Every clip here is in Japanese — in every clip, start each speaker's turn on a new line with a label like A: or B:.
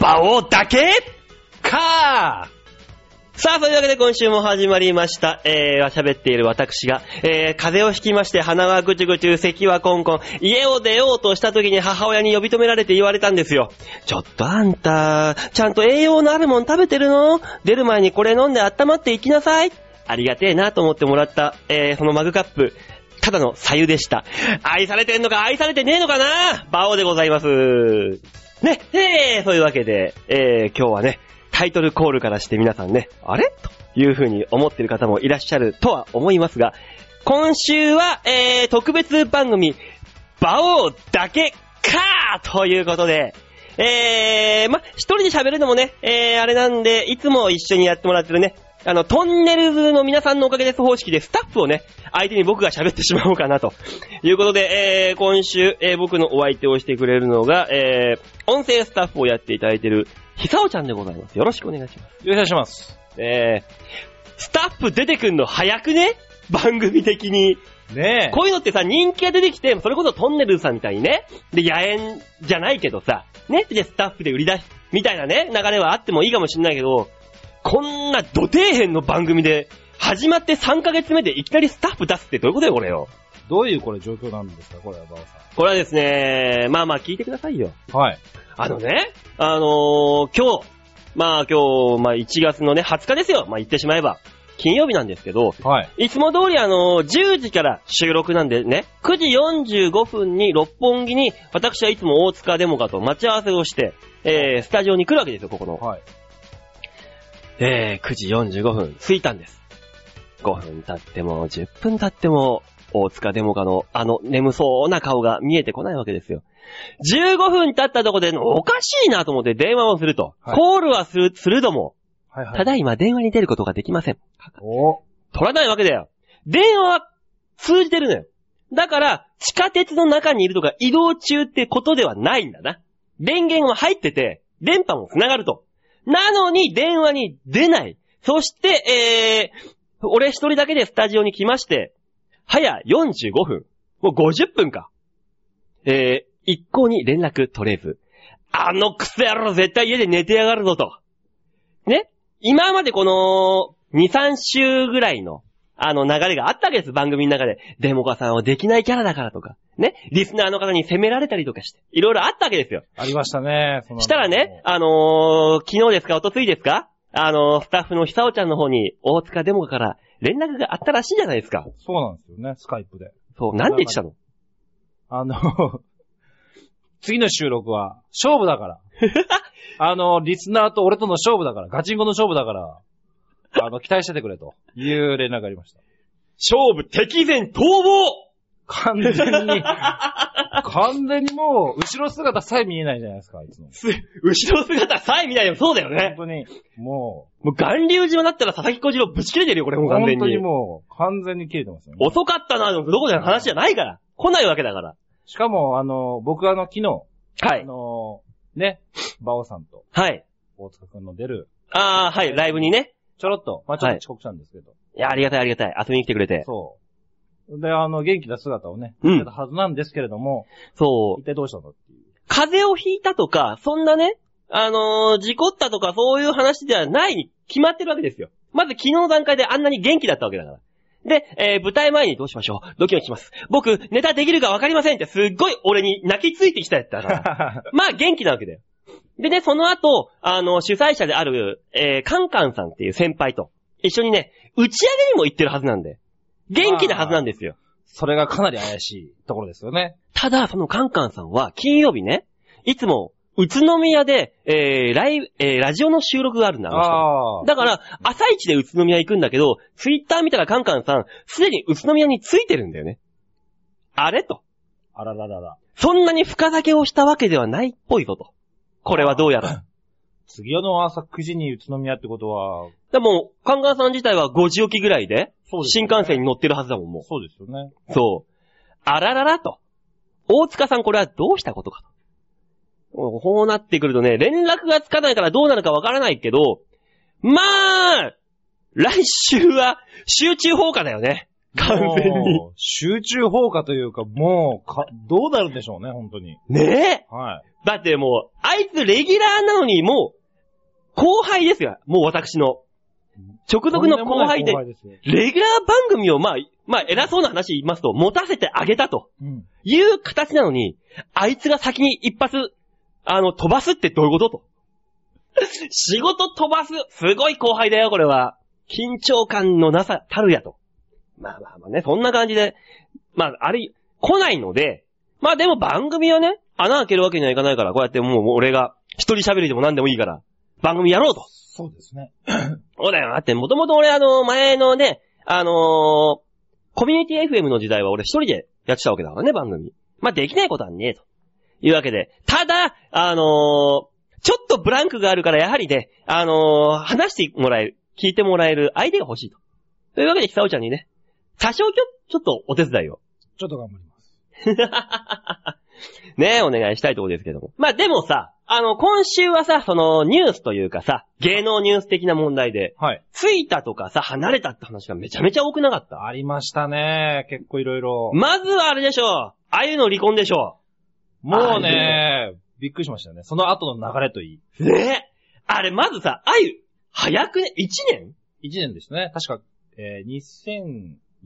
A: 顔だけかさあ、そういうわけで今週も始まりました。えー、喋っている私が、えー、風邪をひきまして鼻がぐちゅぐちゅ、咳はコンコン、家を出ようとした時に母親に呼び止められて言われたんですよ。ちょっとあんた、ちゃんと栄養のあるもん食べてるの出る前にこれ飲んで温まっていきなさい。ありがてえなと思ってもらった、えー、そのマグカップ、ただの左右でした。愛されてんのか愛されてねえのかなバオでございます。ね、えー、そういうわけで、えー、今日はね、タイトルコールからして皆さんね、あれというふうに思ってる方もいらっしゃるとは思いますが、今週は、えー、特別番組、バオだけかということで、えー、ま、一人で喋るのもね、えー、あれなんで、いつも一緒にやってもらってるね、あの、トンネルズの皆さんのおかげです方式でスタッフをね、相手に僕が喋ってしまおうかな、ということで、えー、今週、えー、僕のお相手をしてくれるのが、えー、音声スタッフをやっていただいてる、ひさおちゃんでございます。よろしくお願いしま
B: よろしくお願いします。
A: す。えー、スタッフ出てくんの早くね番組的に。
B: ね
A: こういうのってさ、人気が出てきて、それこそトンネルズさんみたいにね、で、野縁じゃないけどさ、ね、で、スタッフで売り出し、みたいなね、流れはあってもいいかもしんないけど、こんな土底辺の番組で、始まって3ヶ月目でいきなりスタッフ出すってどういうことよ、これよ。
B: どういうこれ状況なんですかこれは、バオさ
A: これはですね、まあまあ聞いてくださいよ。
B: ん。はい。
A: あのね、あのー今日、まあ今日、まあ1月のね、20日ですよ。まあ言ってしまえば、金曜日なんですけど、
B: はい。
A: いつも通りあのー10時から収録なんでね、9時45分に六本木に、私はいつも大塚デモカと待ち合わせをして、えー、スタジオに来るわけですよ、ここの。
B: はい。
A: えー、9時45分、着いたんです。5分経っても、10分経っても、大塚デモカのあの眠そうな顔が見えてこないわけですよ。15分経ったとこで、おかしいなと思って電話をすると。
B: はい
A: コールはする、するども、
B: はいはい。
A: ただいま電話に出ることができません。
B: お
A: 取らないわけだよ。電話は通じてるのよ。だから、地下鉄の中にいるとか移動中ってことではないんだな。電源は入ってて、電波も繋がると。なのに電話に出ない。そして、えー、俺一人だけでスタジオに来まして、早45分。もう50分か。えー、一向に連絡取れず。あのクソ野郎絶対家で寝てやがるぞと。ね今までこの、2、3週ぐらいの、あの流れがあったわけです、番組の中で。デモカさんはできないキャラだからとか、ね、リスナーの方に責められたりとかして、いろいろあったわけですよ。
B: ありましたね。その
A: したらね、、あのー、昨日ですか、おとついですかあのー、スタッフの久尾ちゃんの方に、大塚デモカから連絡があったらしいじゃないですか。
B: そうなんですよね、スカイプで。
A: そう、なんで来たの
B: あの、 次の収録は、勝負だ から。あの、リスナーと俺との勝負だから、ガチンコの勝負だから、あの、期待しててくれと、いう連絡がありました。
A: 勝負、敵前、逃亡
B: 完全 に、完全にもう、後ろ姿さえ見えないじゃないですか、いつも。
A: す、後ろ姿さえ見ないよ。そうだよ
B: 本
A: ね。
B: 当に、もう、
A: もう、巌流島だったら佐々木小次郎ぶち切れてるよ、これもう完全
B: 本当にもう、完全に切れてますよね。
A: 遅かったな、どこじゃ話じゃないから。来ないわけだから。
B: しかも、あの、僕あの、昨日、
A: は
B: あ
A: い。
B: の、ね、バオさんと
A: はい。
B: 大塚くんの出る、
A: ああ、はい、ライブにね。
B: ちょろっと、まあちょっと遅刻したんですけど、
A: いや、ありがたいありがたい。遊びに来てくれて。
B: そう。で、あの、元気な姿をね、
A: うん
B: 見てたはずなんですけれども、
A: そう。
B: 一体どうしたのっていう。
A: 風邪をひいたとか、そんなね、あのー事故ったとかそういう話ではないに決まってるわけですよ。まず昨日の段階であんなに元気だったわけだから。で、えー舞台前にどうしましょうドキドキします。僕、ネタできるかわかりませんってすっごい俺に泣きついてきたやつだから。まあ元気なわけだよ。でね、その後、あの、主催者である、えー、カンカンさんっていう先輩と、一緒にね、打ち上げにも行ってるはずなんで、元気なはずなんですよ。
B: それがかなり怪しいところですよね。
A: ただ、そのカンカンさんは、金曜日ね、いつも、宇都宮で、えー、ライブ、えー、ラジオの収録があるんだ、あの人
B: ああ。
A: だから、朝一で宇都宮行くんだけど、ツイッター見たらカンカンさん、すでに宇都宮に着いてるんだよね。あれと。
B: あらららら。
A: そんなに深酒をしたわけではないっぽいぞと。これはどうやら。
B: 次の朝9時に宇都宮ってことは、
A: でも、カンカンさん自体は5時起きぐらいで、
B: そうです
A: 新
B: よね
A: 幹線に乗ってるはずだもん、も
B: そうですよね。
A: う。そう。あらららと。大塚さんこれはどうしたことかと。こうなってくるとね、連絡がつかないからどうなるかわからないけど、まあ、来週は集中放火だよね。完全に。
C: もう集中放火というか、もう、か、どうなるんでしょうね、本当に。
A: ねえ
C: はい。
A: だってもう、あいつレギュラーなのに、もう、後輩ですよ。もう私の。直属の後輩で
C: とんもない後、輩ですよ
A: レギュラー番組をまあ、まあ偉そうな話言いますと、持たせてあげたと
C: うん。
A: いう形なのに、あいつが先に一発、あの、飛ばすってどういうこと と。仕事飛ばす、すごい後輩だよ、これは。緊張感のなさ、たるやと。まあまあまあね、そんな感じで、まあ、あれ、来ないので、まあでも番組はね、穴開けるわけにはいかないから、こうやってもう俺が一人喋りでも何でもいいから、番組やろうと。
C: そうですね。
A: そうだよ、だって、もともと俺、あの、前のね、あのーコミュニティ FM の時代は俺一人でやってたわけだからね、番組。まあ、できないことはねえ、というわけで。ただ、あのーちょっとブランクがあるから、やはりね、あのー話してもらえる、聞いてもらえる相手が欲しいと。というわけで、久尾ちゃんにね、多少ちょ、ちょっとお手伝いを。
C: ちょっと頑張ります。
A: ねえ、お願いしたいところですけども。まあ、でもさ、あの、今週はさ、その、ニュースというかさ、芸能ニュース的な問題で、
C: はい。
A: ついたとかさ、離れたって話がめちゃめちゃ多くなかった。
C: ありましたね。結構いろいろ。
A: まずはあれでしょう。あゆの離婚でしょ
C: もうね、びっくりしましたよね。その後の流れといい。
A: う。ねえ。あれ、まずさ、あゆ、早くね、1年
C: 1年ですね。確か、えー、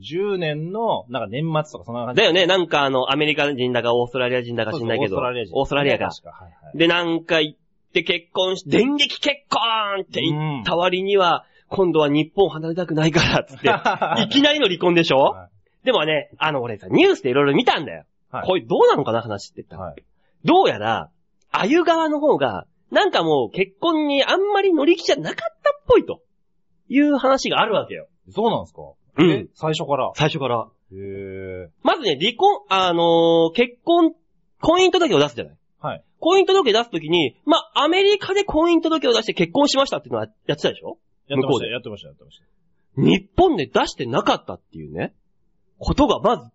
C: 2010年の、なんか年末とかそんな感じ。
A: だよね、なんかあの、アメリカ人だかオーストラリア人だか知んないけど。
C: そうです
A: オーストラリア
C: 人
A: か。
C: 確か、はいはい。
A: で、なんか行って結婚し、電撃結婚って言った割には、今度は日本離れたくないから、つって。 いきなりの離婚でしょ、
C: は
A: でもね、あの俺さ、ニュースでいろいろ見たんだよ。
C: はい
A: これどうなのかな話って言ったら。
C: はい
A: どうやら、あゆ側の方が、なんかもう結婚にあんまり乗り気じゃなかったっぽいと、いう話があるわけよ。
C: い。そうなんですか
A: うん
C: え最初から。
A: 最初から。
C: へー。
A: まずね、離婚、あのー結婚、婚姻届を出すじゃない
C: はい。
A: 婚姻届出すときに、まあ、アメリカで婚姻届を出して結婚しましたっていうのはやってたでしょ
C: やって
A: 向
C: ま
A: こう
C: した、
A: で
C: やってました、やってました。
A: 日本で出してなかったっていうね、ことがまず、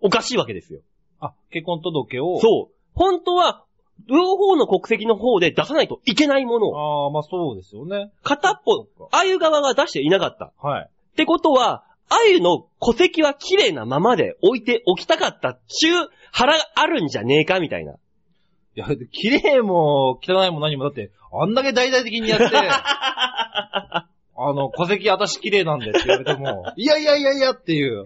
A: おかしいわけですよ。
C: あ、結婚届を。う。
A: そう。本当は、両方の国籍の方で出さないといけないものを、
C: ああ、まあそうですよね。
A: 片っぽ、
C: そっ
A: あゆ側が出していなかった。
C: かはい。
A: ってことは、あゆの戸籍は綺麗なままで置いておきたかったっちゅう腹があるんじゃねえかみたいな。
C: いや、綺麗も汚いも何も、だって、あんだけ大々 的にやって、あの、戸籍私綺麗なんでって言われても、いやいやいやいやっていう、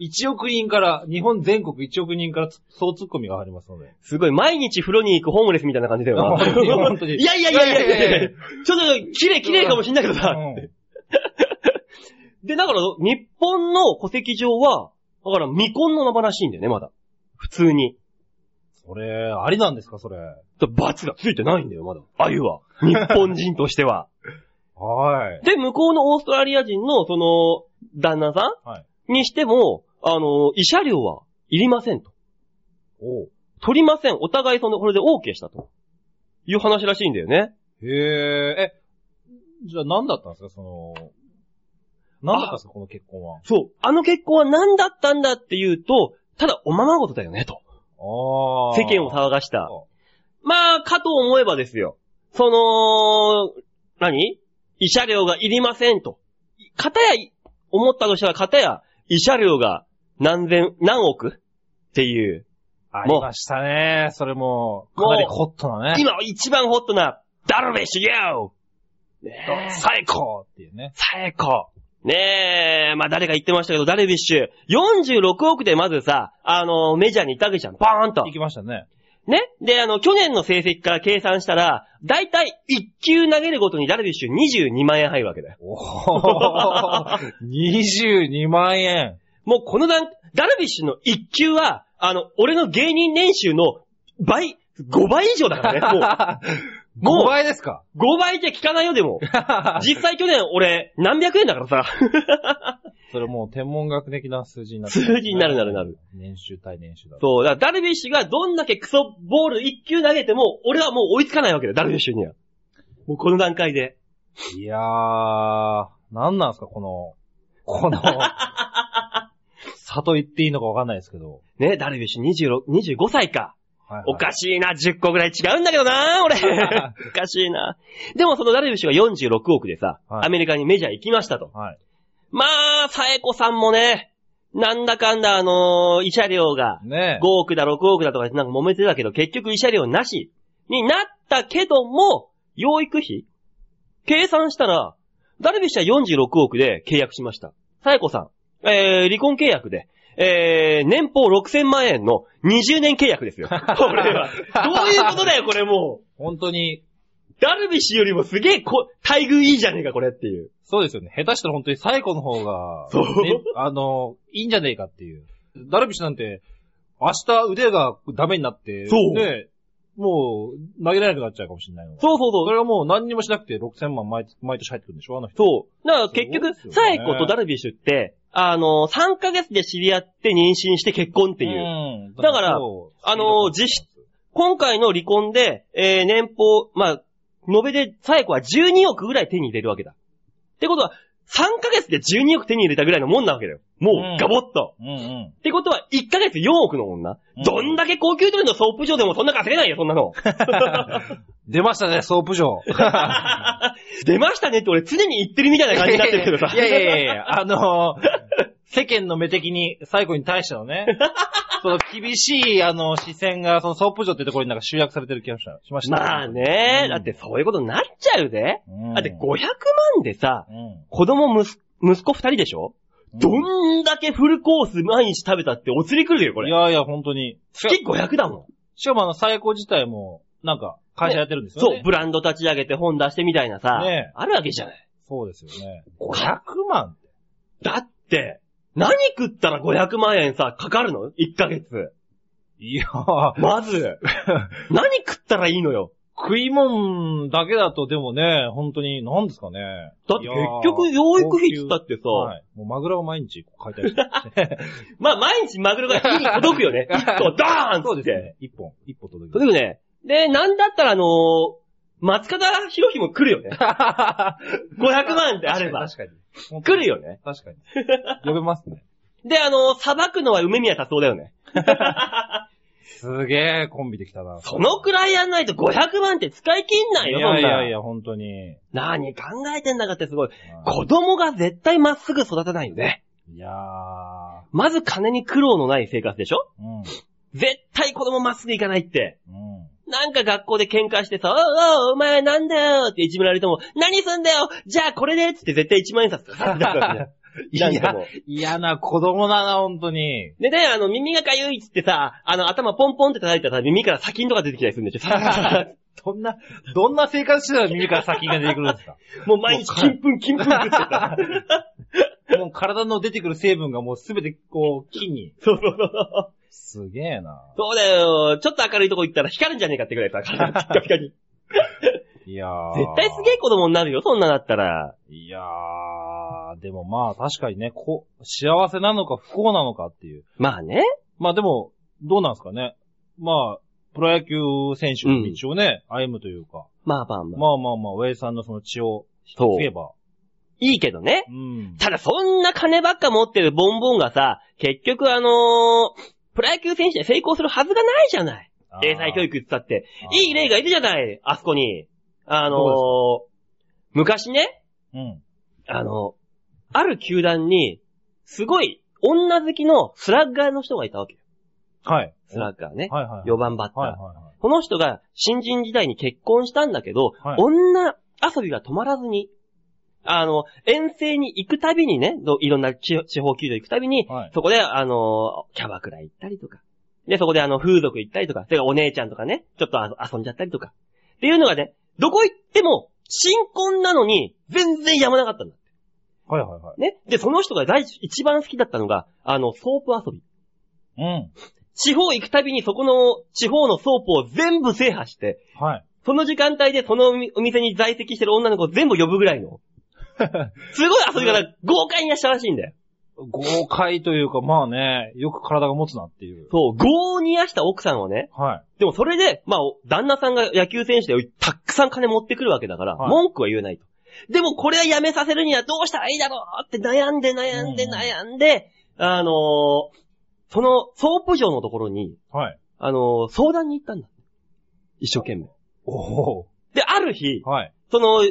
C: 1億人から、日本全国1億人からつそうツッコミがありますので。
A: すごい、毎日風呂に行くホームレスみたいな感じだよな。
C: 本当に 本当に
A: いやいやいやいやい
C: いやい
A: や
C: や
A: い
C: い
A: や
C: や
A: ちょっと、綺麗綺麗かもしんないけど
C: う
A: さ。
C: ん
A: で、だから、日本の戸籍上は、だから未婚のままらしいんだよね、まだ。普通に。
C: それ、ありなんですか、それ。
A: 罰がついてないんだよ、まだ。あゆは。日本人としては。
C: はい。
A: で、向こうのオーストラリア人の、その、旦那さ
C: はい。
A: んにしても、あの、慰謝料はいりませんと。
C: おう
A: 取りません。お互いその、これで OK したと。いう話らしいんだよね。
C: へえ、え、じゃあ何だったんですか、その、何だったんですか、この結婚は。
A: そう。あの結婚は何だったんだっていうと、ただおままごとだよね、と。
C: ああ。
A: 世間を騒がした。
C: そ
A: まあ、かと思えばですよ。その、何慰謝料がいりませんと。片や、思ったとしたら片や、慰謝料が何千、何億っていう。
C: ありましたね。それも、かなりホットなね。
A: 今一番ホットな、ダルビッシュよねえ
C: 最高っていうね。
A: 最高ねえ、まあ誰が言ってましたけど、ダルビッシュ、46億でまずさ、あの、メジャーに行ったわけじゃん、バーンと
C: 行。きましたね。
A: ねで、あの、去年の成績から計算したら、だいたい1球投げるごとにダルビッシュ22万円入るわけだよ。
C: おー22万円。
A: もうこの段、ダルビッシュの1球は、あの、俺の芸人年収の倍、5倍以上だから ね。 もう
C: 5倍ですか
A: もう、5倍って聞かないよ、で も。実際去年俺、何百円だからさ。
C: それもう天文学的な数字になって、
A: 数字になるなるなる。
C: 年収対年収だ。
A: そう、だからダルビッシュがどんだけクソボール1球投げても、俺はもう追いつかないわけだよ、ダルビッシュには。もうこの段階で。
C: いやー、なんなんすか、この、この、差と言っていいのかわかんないですけど。
A: ね、ダルビッシュ26 25歳か。
C: はいはい
A: おかしいな、10個ぐらい違うんだけどな、 俺。おかしいな。でもそのダルビッシュが46億でさ、
C: はい
A: アメリカにメジャー行きましたと。
C: はい。
A: まあ、サエコさんもね、なんだかんだあのー、慰謝料が
C: ねえ
A: 5。億だ6億だとかなんか揉めてたけど、結局慰謝料なしになったけども、養育費計算したら、ダルビッシュは46億で契約しました。サエコさん、えー、離婚契約で、えー、年俸6000万円の20年契約ですよ。 これは。どういうことだよ、これもう。
C: 本当に、
A: ダルビッシュよりもすげえこ、待遇いいじゃねえか、これっていう。
C: そうですよね。下手したら本当に最後の方が、
A: そう
C: ねあの、いいんじゃねえかっていう。ダルビッシュなんて、明日腕がダメになって、
A: そう
C: ねえ、もう投げられなくなっちゃうかもしれないの。
A: そうそうそう
C: そ。れがもう何にもしなくて6000万毎毎年入ってくるんでしょあの人。
A: そう。だから結局
C: そう、ですよ
A: サ
C: ね
A: エコとダルビッシュって、あの、3ヶ月で知り合って妊娠して結婚っていう。
C: うん
A: だから
C: そう
A: あの実質今回の離婚で、えー、年俸、まあ、延べでサエコは12億ぐらい手に入れるわけだ。ってことは、3ヶ月で12億手に入れたぐらいのもんなわけだよ。
C: う
A: も
C: ん
A: う、ガボッと。
C: うんうん。
A: ってことは、1ヶ月4億の女、
C: うん
A: どんだけ高級取りのソープ場でもそんな稼げないよ、そんな の。
C: 出ましたね、ソープ嬢。
A: 出ましたねって俺常に言ってるみたいな感じになってるけどさ。
C: いやいやいやいや、あのー世間の目的に、最後に対して のね、その厳しい、あの、視線が、そのソープ嬢ってところになんか集約されてる気がしたしました。
A: まあ。ね、
C: うん
A: だってそういうことになっちゃうぜ。
C: うん、
A: だって500万でさ、
C: うん。
A: 子供、息息子2人でしょど
C: うん
A: だけフルコース毎日食べたってお釣り来るよ、こ
C: い
A: れ。
C: やいや、本当に。
A: 月500だもん。
C: しかもあの、最高自体も、なんか、会社やってるんですよ
A: そ
C: ね。
A: う、ブランド立ち上げて本出してみたいなさ
C: ねえ、
A: あるわけじゃない。
C: そう。そうですよね。500万って。
A: だって、何食ったら500万円さ、かかるの ?1 ヶ月。
C: いやー
A: ま ず、何食ったらいいのよ。
C: 食いもんだけだと、でもね、本当に、なんですかね。
A: だって結局、養育費っつったってさ、
C: はい。もうマグロを毎日こう解体して。
A: まあ毎日マグロが火に届くよ ね。1個、ドーンっつって。
C: そうですね。一本、一本届く。
A: 届くね。で、なんだったらあのー松方弘樹も来るよね。500万 であれば。
C: 確かに。
A: 来るよね。
C: 確かに。呼べますね。
A: で、あのー裁くのは梅宮達夫だよね。
C: すげえコンビできたな。
A: そのくらいやんないと500万って使い切んないよ、
C: い
A: そんな
C: や
A: ん。
C: いやいや、本当に。
A: 何考えてんだかってすごい。
C: は
A: 子供が絶対まっすぐ育たないよね。
C: いいやー。
A: まず金に苦労のない生活でしょ
C: うん。
A: 絶対子供まっすぐいかないって。
C: うん。
A: なんか学校で喧嘩してさ、おうおう、お前なんだよっていじめられても、何すんだよじゃあこれでっつって絶対1万円札出すわけだよ
C: い
A: なんか
C: や
A: もう、
C: 嫌な子供だな、本当に。
A: でね、あの、耳がかゆいっつってさ、あの、頭ポンポンって叩いたらさ、耳から砂金とか出てきたりするんでし ょ
C: どんな、どんな生活してたら耳から先が出てくるんですか
A: もう毎日金粉金粉食ってさ。
C: もう体の出てくる成分がもうすべてこう、木に。
A: そうそうそう。
C: すげえな。
A: そうだよ。ちょっと明るいとこ行ったら光るんじゃねえかってぐらいさ、体ピッカピカ に。
C: いやー。
A: 絶対すげえ子供になるよ、そんなだったら。
C: いやー、でもまあ確かにね、こ幸せなのか不幸なのかっていう。
A: まあね。
C: まあでも、どうなんですかね。まあ、プロ野球選手の道をね、歩むというか。
A: まあまあまあ。
C: まあまあまあ、ウェイさんのその血を
A: そう
C: 継。げば。
A: いいけどね。
C: うん。
A: ただそんな金ばっか持ってるボンボンがさ、結局あのー、プロ野球選手で成功するはずがないじゃない。
C: あー
A: 英才教育って言ったって。
C: あー
A: いい例がいるじゃない、あそこに。あのー昔ね、
C: うん。
A: あの、ある球団に、すごい女好きのスラッガーの人がいたわけよ。
C: はい。
A: スラッガーね。
C: はいはい。
A: 4番バッター。
C: はいはいはい。
A: この人が新人時代に結婚したんだけど、
C: はい
A: 女遊びが止まらずに、あの、遠征に行くたびにね、どいろんな地地方球場行くたびに、
C: はい
A: そこで、あの、キャバクラ行ったりとか、で、そこであの、風俗行ったりとか、それからお姉ちゃんとかね、ちょっとあの遊んじゃったりとか、っていうのがね、どこ行っても、新婚なのに、全然やまなかったんだ。
C: はいはいはい。
A: ね。で、その人が第一一番好きだったのが、あの、ソープ遊び。
C: うん。
A: 地方行くたびにそこの地方のソープを全部制覇して、
C: はい。
A: その時間帯でそのお店に在籍してる女の子を全部呼ぶぐらい の。すごい遊び方、豪快にしたらしいんだよ。
C: 豪快というか、まあね、よく体が持つなっていう。
A: そう、豪にやした奥さんをね。
C: はい。
A: でもそれで、まあ、旦那さんが野球選手でたくさん金持ってくるわけだから、
C: はい
A: 文句は言えないと。でもこれはやめさせるにはどうしたらいいだろうって悩んで悩んで
C: うん
A: 悩んで、あのーそのソープ場のところに、
C: はい。
A: あのー相談に行ったんだ。一生懸命。
C: おお。
A: で、ある日、
C: はい。
A: その、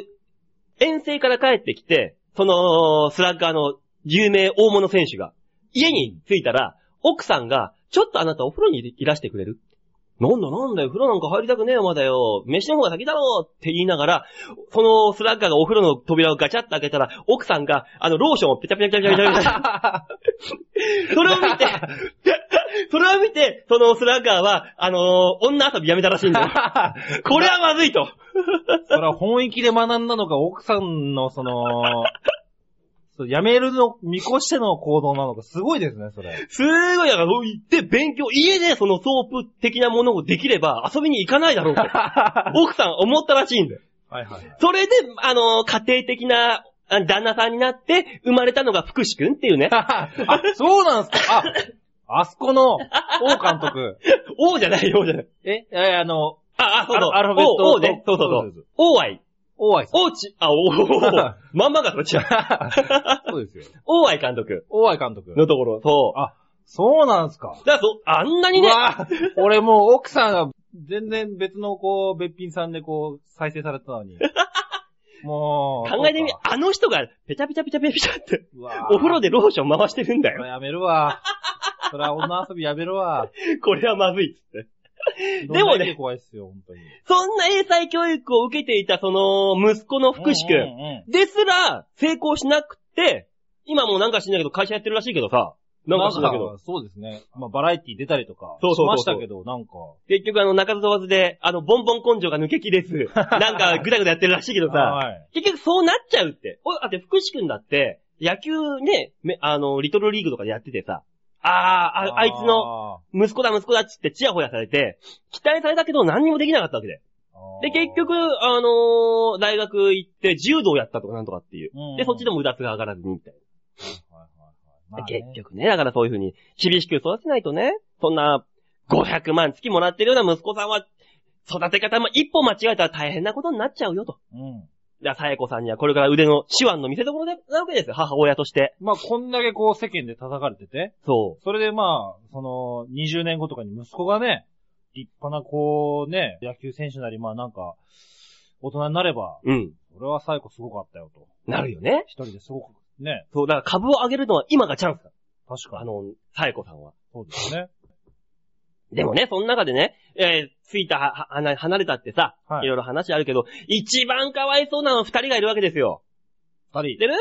A: 遠征から帰ってきて、その、スラッガーの有名大物選手が、家に着いたら、奥さんが、ちょっとあなたお風呂にいらしてくれるなんだなんだよ、風呂なんか入りたくねえよ、まだよ。飯の方が先だろうって言いながら、そのスラッガーがお風呂の扉をガチャッと開けたら、奥さんが、あの、ローションをペチャペチャペチャペチャペチャ。それを見て、それを見て、そのスラッガーは、あのー女遊びやめた らしいんだよ。これはまずいと。
C: それは本意気で学んだのか、奥さんのそ の、そうやめるのを見越しての行動なのか、すごいですね、それ。
A: すごい、だから、行って勉強、家でそのソープ的なものをできれば遊びに行かないだろう と。奥さん思ったらしいんだよ。
C: はいはい。。
A: それで、あのー家庭的な、あ旦那さんになって、生まれたのが福士くんっていうね
C: あ、そうなんすかあ、あそこの、王監督。
A: 王じゃない、王じゃない。
C: え、え、あの、
A: あ、あ、そうそう。
C: アルファベット
A: 王王ね。そうそうそ
C: そう
A: う
C: そう。
A: 王愛。
C: 王愛さん。
A: 王ち、あ、王、 まんまがそっちだ。
C: そうですよ。
A: 王愛監督
C: 王愛監督。
A: のところ。そう。
C: あ、そうなんすか。
A: だからそ、あんなに
C: う
A: ね、
C: わあ 俺もう奥さんが全然別のこう、別品さんでこう、再生されてたの に。もう。
A: 考えてみ
C: そう、
A: あの人が、ペチャペチャペチャペチャって、
C: かうわあ
A: お風呂でローション回してるんだ
C: それ
A: よ。
C: やめるわ。それは女遊びやめるわ。
A: これはまずいっつって。 で
C: で
A: もね
C: 怖いっすよ、本当に。
A: そんな英才教育を受けていた、その、息子の福士く
C: うん
A: ん。ですら、成功しなくて、今もうなんか知んないけど、会社やってるらしいけどさ。
C: う
A: なん
C: ん。な
A: か
C: ん
A: 知んないけど。
C: か、そうですね。まあ、バラエティ出たりとか、
A: そう
C: し
A: そうそうそう
C: ましたけど、なんか。
A: 結局あの、中津飛ばずで、あの、ボンボン根性が抜けきれず、なんかぐだぐだやってるらしいけどさ。
C: はい。
A: 結局そうなっちゃうって。お、だって福士くんだって、野球ね、めあの、リトルリーグとかでやっててさ。あーあ、あいつの
C: の、
A: 息子だ息子だっつってチヤホヤされて、期待されたけど何にもできなかったわけで。で、結局、あのー大学行って柔道やったとかなんとかっていう。
C: うん、
A: で、そっちで
C: も、
A: もうだつが上がらずにみたいな。
C: はいはいはいまあね
A: 結局ね、だからそういう風に厳しく育てないとね、そんな500万月もらってるような息子さんは、育て方も一歩間違えたら大変なことになっちゃうよと。
C: うん。
A: だから、さえこさんにはこれから腕の手腕の見せ所でなわけですよ、母親として。
C: まあ、こんだけこう、世間で叩かれてて、
A: そ
C: それでまあ、その、20年後とかに息子がね、立派なこう、ね、野球選手なり、まあなんか、大人になれば、
A: う。うん。
C: 俺は最後すごかったよと。
A: なるよね。
C: 一人ですごく、ね、
A: そう、だから株を上げるのは今がチャンスだ。
C: 確か
A: あ
C: に。
A: の、さえこさんは。
C: そうで すね。
A: でもね、その中でね、えー、ついた、は、は離れたってさ、
C: はい
A: いろいろ話あるけど、一番かわいそうなのは二人がいるわけですよ。
C: 二人。
A: でね、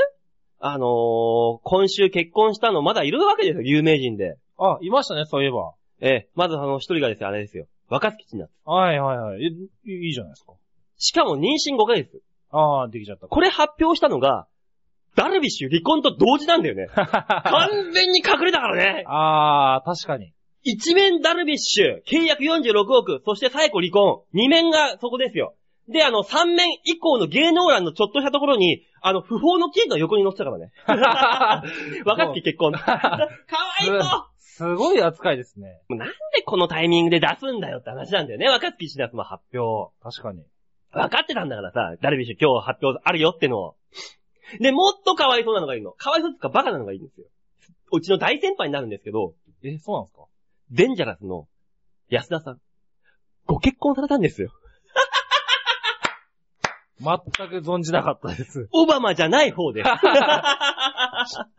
A: あのー、今週結婚したのまだいるわけですよ、有名人で。
C: あ、いましたね、そういえば。
A: えー、まずあの一人がですよ、あれですよ。若月ちな。
C: はいはいはい。えいいいじゃないですか。
A: しかも妊娠5ヶ月。
C: ああ、できち ゃった。
A: これ発表したのが、ダルビッシュ離婚と同時なんだよね。完全に隠れたからね。
C: ああ、確かに。
A: 一面ダルビッシュ、契約46億、そして最後離婚。二面がそこですよ。で、あの、三面以降の芸能欄のちょっとしたところに、あの、不法の記事の横に載ってたからね。若月結婚。かわいそうな
C: すごい扱いですね。
A: んでこのタイミングで出すんだよって話なんだよね。若月千夏も発表。
C: 確かに。
A: 分かってたんだからさ、ダルビッシュ今日発表あるよってのを。で、もっとかわいそうなのがいいの。かわいそうっていうかバカなのがいいんですよ。うちの大先輩になるんですけど、
C: え、そうなんですか
A: デンジャラスの安田さん。ご結婚されたんですよ。
C: 全く存じなかったです。
A: オバマじゃない方 です。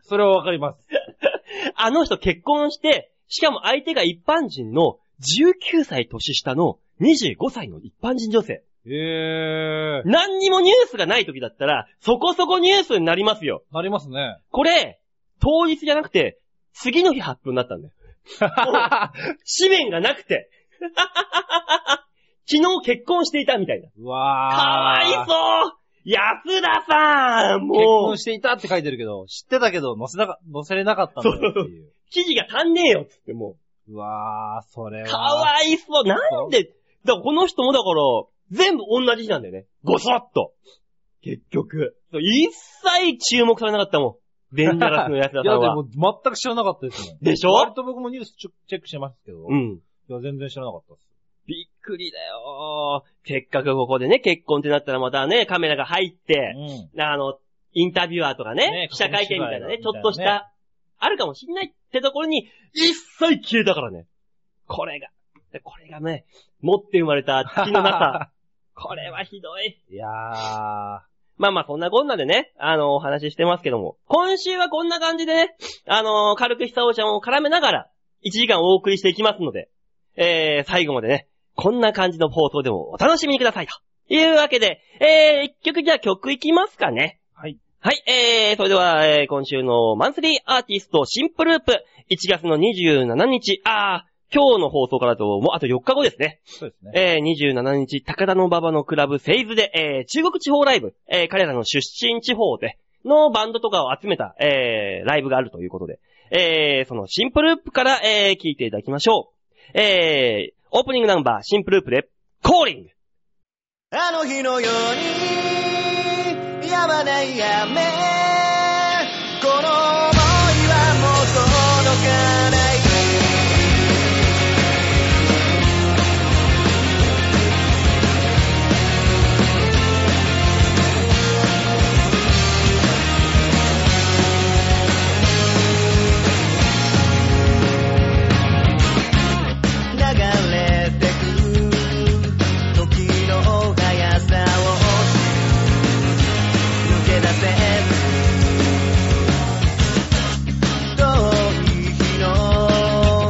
C: それはわかります。
A: あの人結婚して、しかも相手が一般人の19歳年下の25歳の一般人女性。
C: え えー。
A: 何にもニュースがない時だったら、そこそこニュースになりますよ。
C: なりますね。
A: これ、当日じゃなくて、次の日発表になったんだよ。紙面がなくて。 昨日結婚していたみたいな。
C: うわ
A: か
C: ー。
A: わいそう安田さん
C: 結
A: もう
C: 婚していたって書いてるけど、知ってたけど、載せなか、載せれなかったんだよっていう。
A: 記事が足んねえよっつっても
C: うわー、そ
A: う。
C: れは。
A: かわいそう。なんで、だからこの人もだから、全部同じ日なんだよね。ごそっと。結局。一切注目されなかったもん。デンジャラスの安田
C: い
A: さ
C: や、
A: ん
C: で
A: は。
C: も、全く知らなかったですね。
A: でし
C: 割
A: ょ
C: と僕もニュースチェチェックしてますけど、
A: う
C: い
A: ん。
C: や、全然知らなかったです。
A: びっくりだよー。せっかくここでね、結婚ってなったらまたね、カメラが入って、
C: う
A: あの、インタビュアーとかね、
C: ね
A: 記者会見みたいなね、
C: 囲み取材
A: ちょっとし
C: みたいな
A: た、あるかもしんないってところに、一切消えたからね。これが、これが ね、持って生まれた月のなさ。これはひどい。
C: ん。いやー、
A: まあまあ、そんなこんなでね、あの、お話ししてますけども、今週はこんな感じでね、あの、軽く久尾ちゃんを絡めながら、1時間お送りしていきますので、えー、最後までね、こんな感じの放送でもお楽しみにくださいと。いうわけで、えー、一曲じゃあ曲いきますかね。
B: はい。
A: はい、えー、それでは、えー、今週のマンスリーアーティストシンプループ、1月の27日、あー、今日の放送からだと、もうあと4日後ですね。
B: そうですね。
A: えー、27日、高田の馬場のクラブ、セイズで、えー、中国地方ライブ、えー、彼らの出身地方で、のバンドとかを集めた、えー、ライブがあるということで、えー、そのシンプループから、えー、聞いていただきましょう。えー、オープニングナンバー、シンプループで、コーリング
D: あの日のように、やまない雨。この想いはもう届かない。流れてく時の速さを抜け出せ遠い日の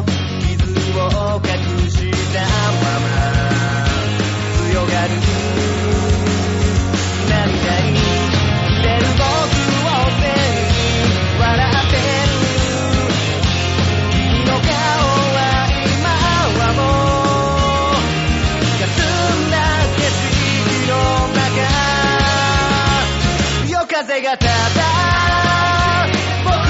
D: 傷を隠したまま強がる涙に触れる僕を背に笑ってる「君の顔は今はもう」「かすむように」「霞んだ景色の中」「夜風がただ僕を包む」「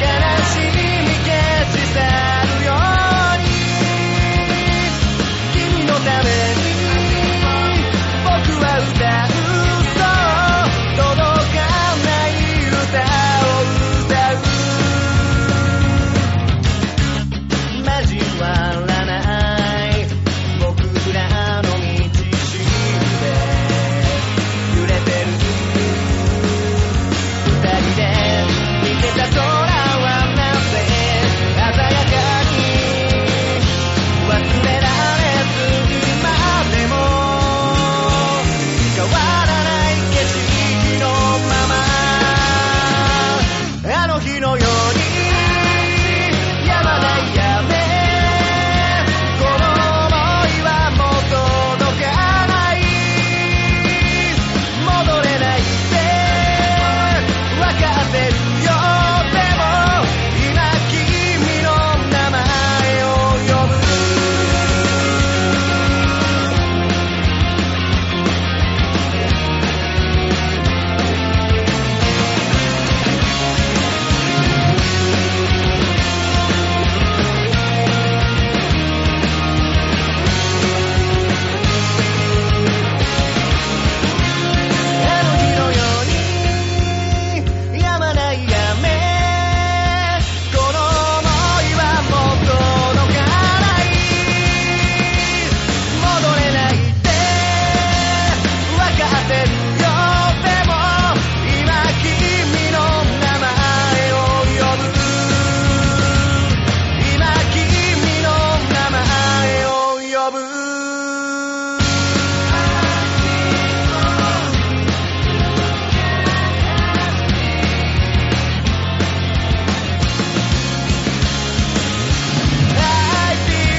D: 悲しみ消し去るように」「君のために僕は歌う」「そう届かない歌を歌う」交わらない僕らの道しるべ揺れてる二人で見てた空はなぜ鮮やかに忘れられず今でも変わらない景色のままあの日のように止まない雨この想いはもう届かない戻れないって分かってるよでも今君の名前を呼ぶあの日のように止まない雨この想いはもう届かない戻れないって分かってるよでも今君の名前を呼ぶ今君の名前を呼ぶ「I've been for you」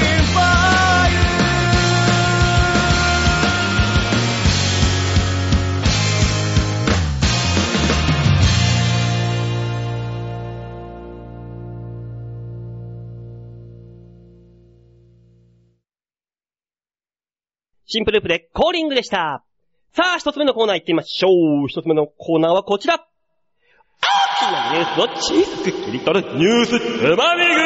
A: シンプループで、コーリングでしたさあ、一つ目のコーナー行ってみましょう一つ目のコーナーはこちら大きなニュースを小さく切り取るニュースつまみ食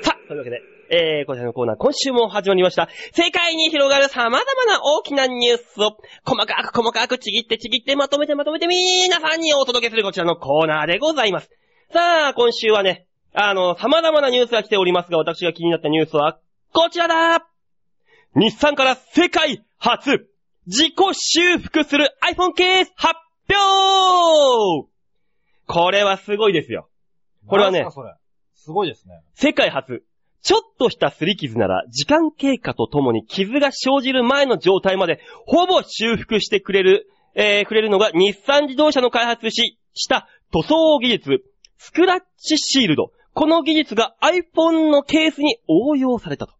A: いさあ、というわけで、えー、こちらのコーナー、今週も始まりました。世界に広がる様々な大きなニュースを、細かく細かくちぎってちぎってまとめてまとめてみーなさんにお届けするこちらのコーナーでございます。さあ、今週はね、あの、様々なニュースが来ておりますが、私が気になったニュースは、こちらだ日産から世界初、自己修復する iPhone ケース発表これはすごいですよ。これはね
B: なんすかそれすごいですね。
A: 世界初、ちょっとした擦り傷なら、時間経過とともに傷が生じる前の状態まで、ほぼ修復してくれる、えー、くれるのが日産自動車の開発し、した塗装技術、スクラッチシールド。この技術が iPhone のケースに応用されたと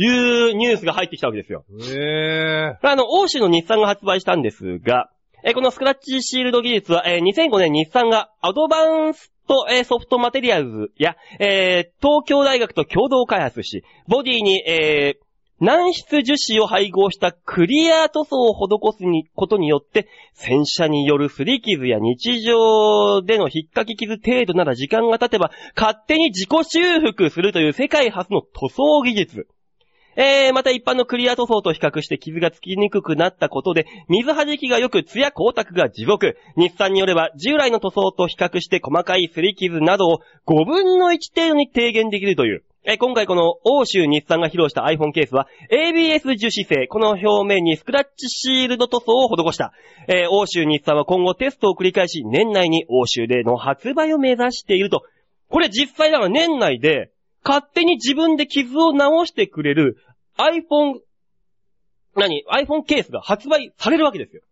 A: いうニュースが入ってきたわけですよ。
B: え
A: あの、欧州の日産が発売したんですが、えーこのスクラッチシールド技術は、えー2005年日産がアドバンスト、えーソフトマテリアルズや、えー東京大学と共同開発し、ボディに、えー軟質樹脂を配合したクリア塗装を施すにことによって、洗車による擦り傷や日常での引っかき傷程度なら時間が経てば勝手に自己修復するという世界初の塗装技術。えー、また一般のクリア塗装と比較して傷がつきにくくなったことで、水弾きが良く、艶光沢が地獄。日産によれば、従来の塗装と比較して細かい擦り傷などを5分の1程度に低減できるという。えー今回この欧州日産が披露した iPhone ケースは ABS 樹脂製。この表面にスクラッチシールド塗装を施した。えー欧州日産は今後テストを繰り返し、年内に欧州での発売を目指していると。これ実際だから年内で、勝手に自分で傷を治してくれる iPhone、何 ?iPhone ケースが発売されるわけですよ。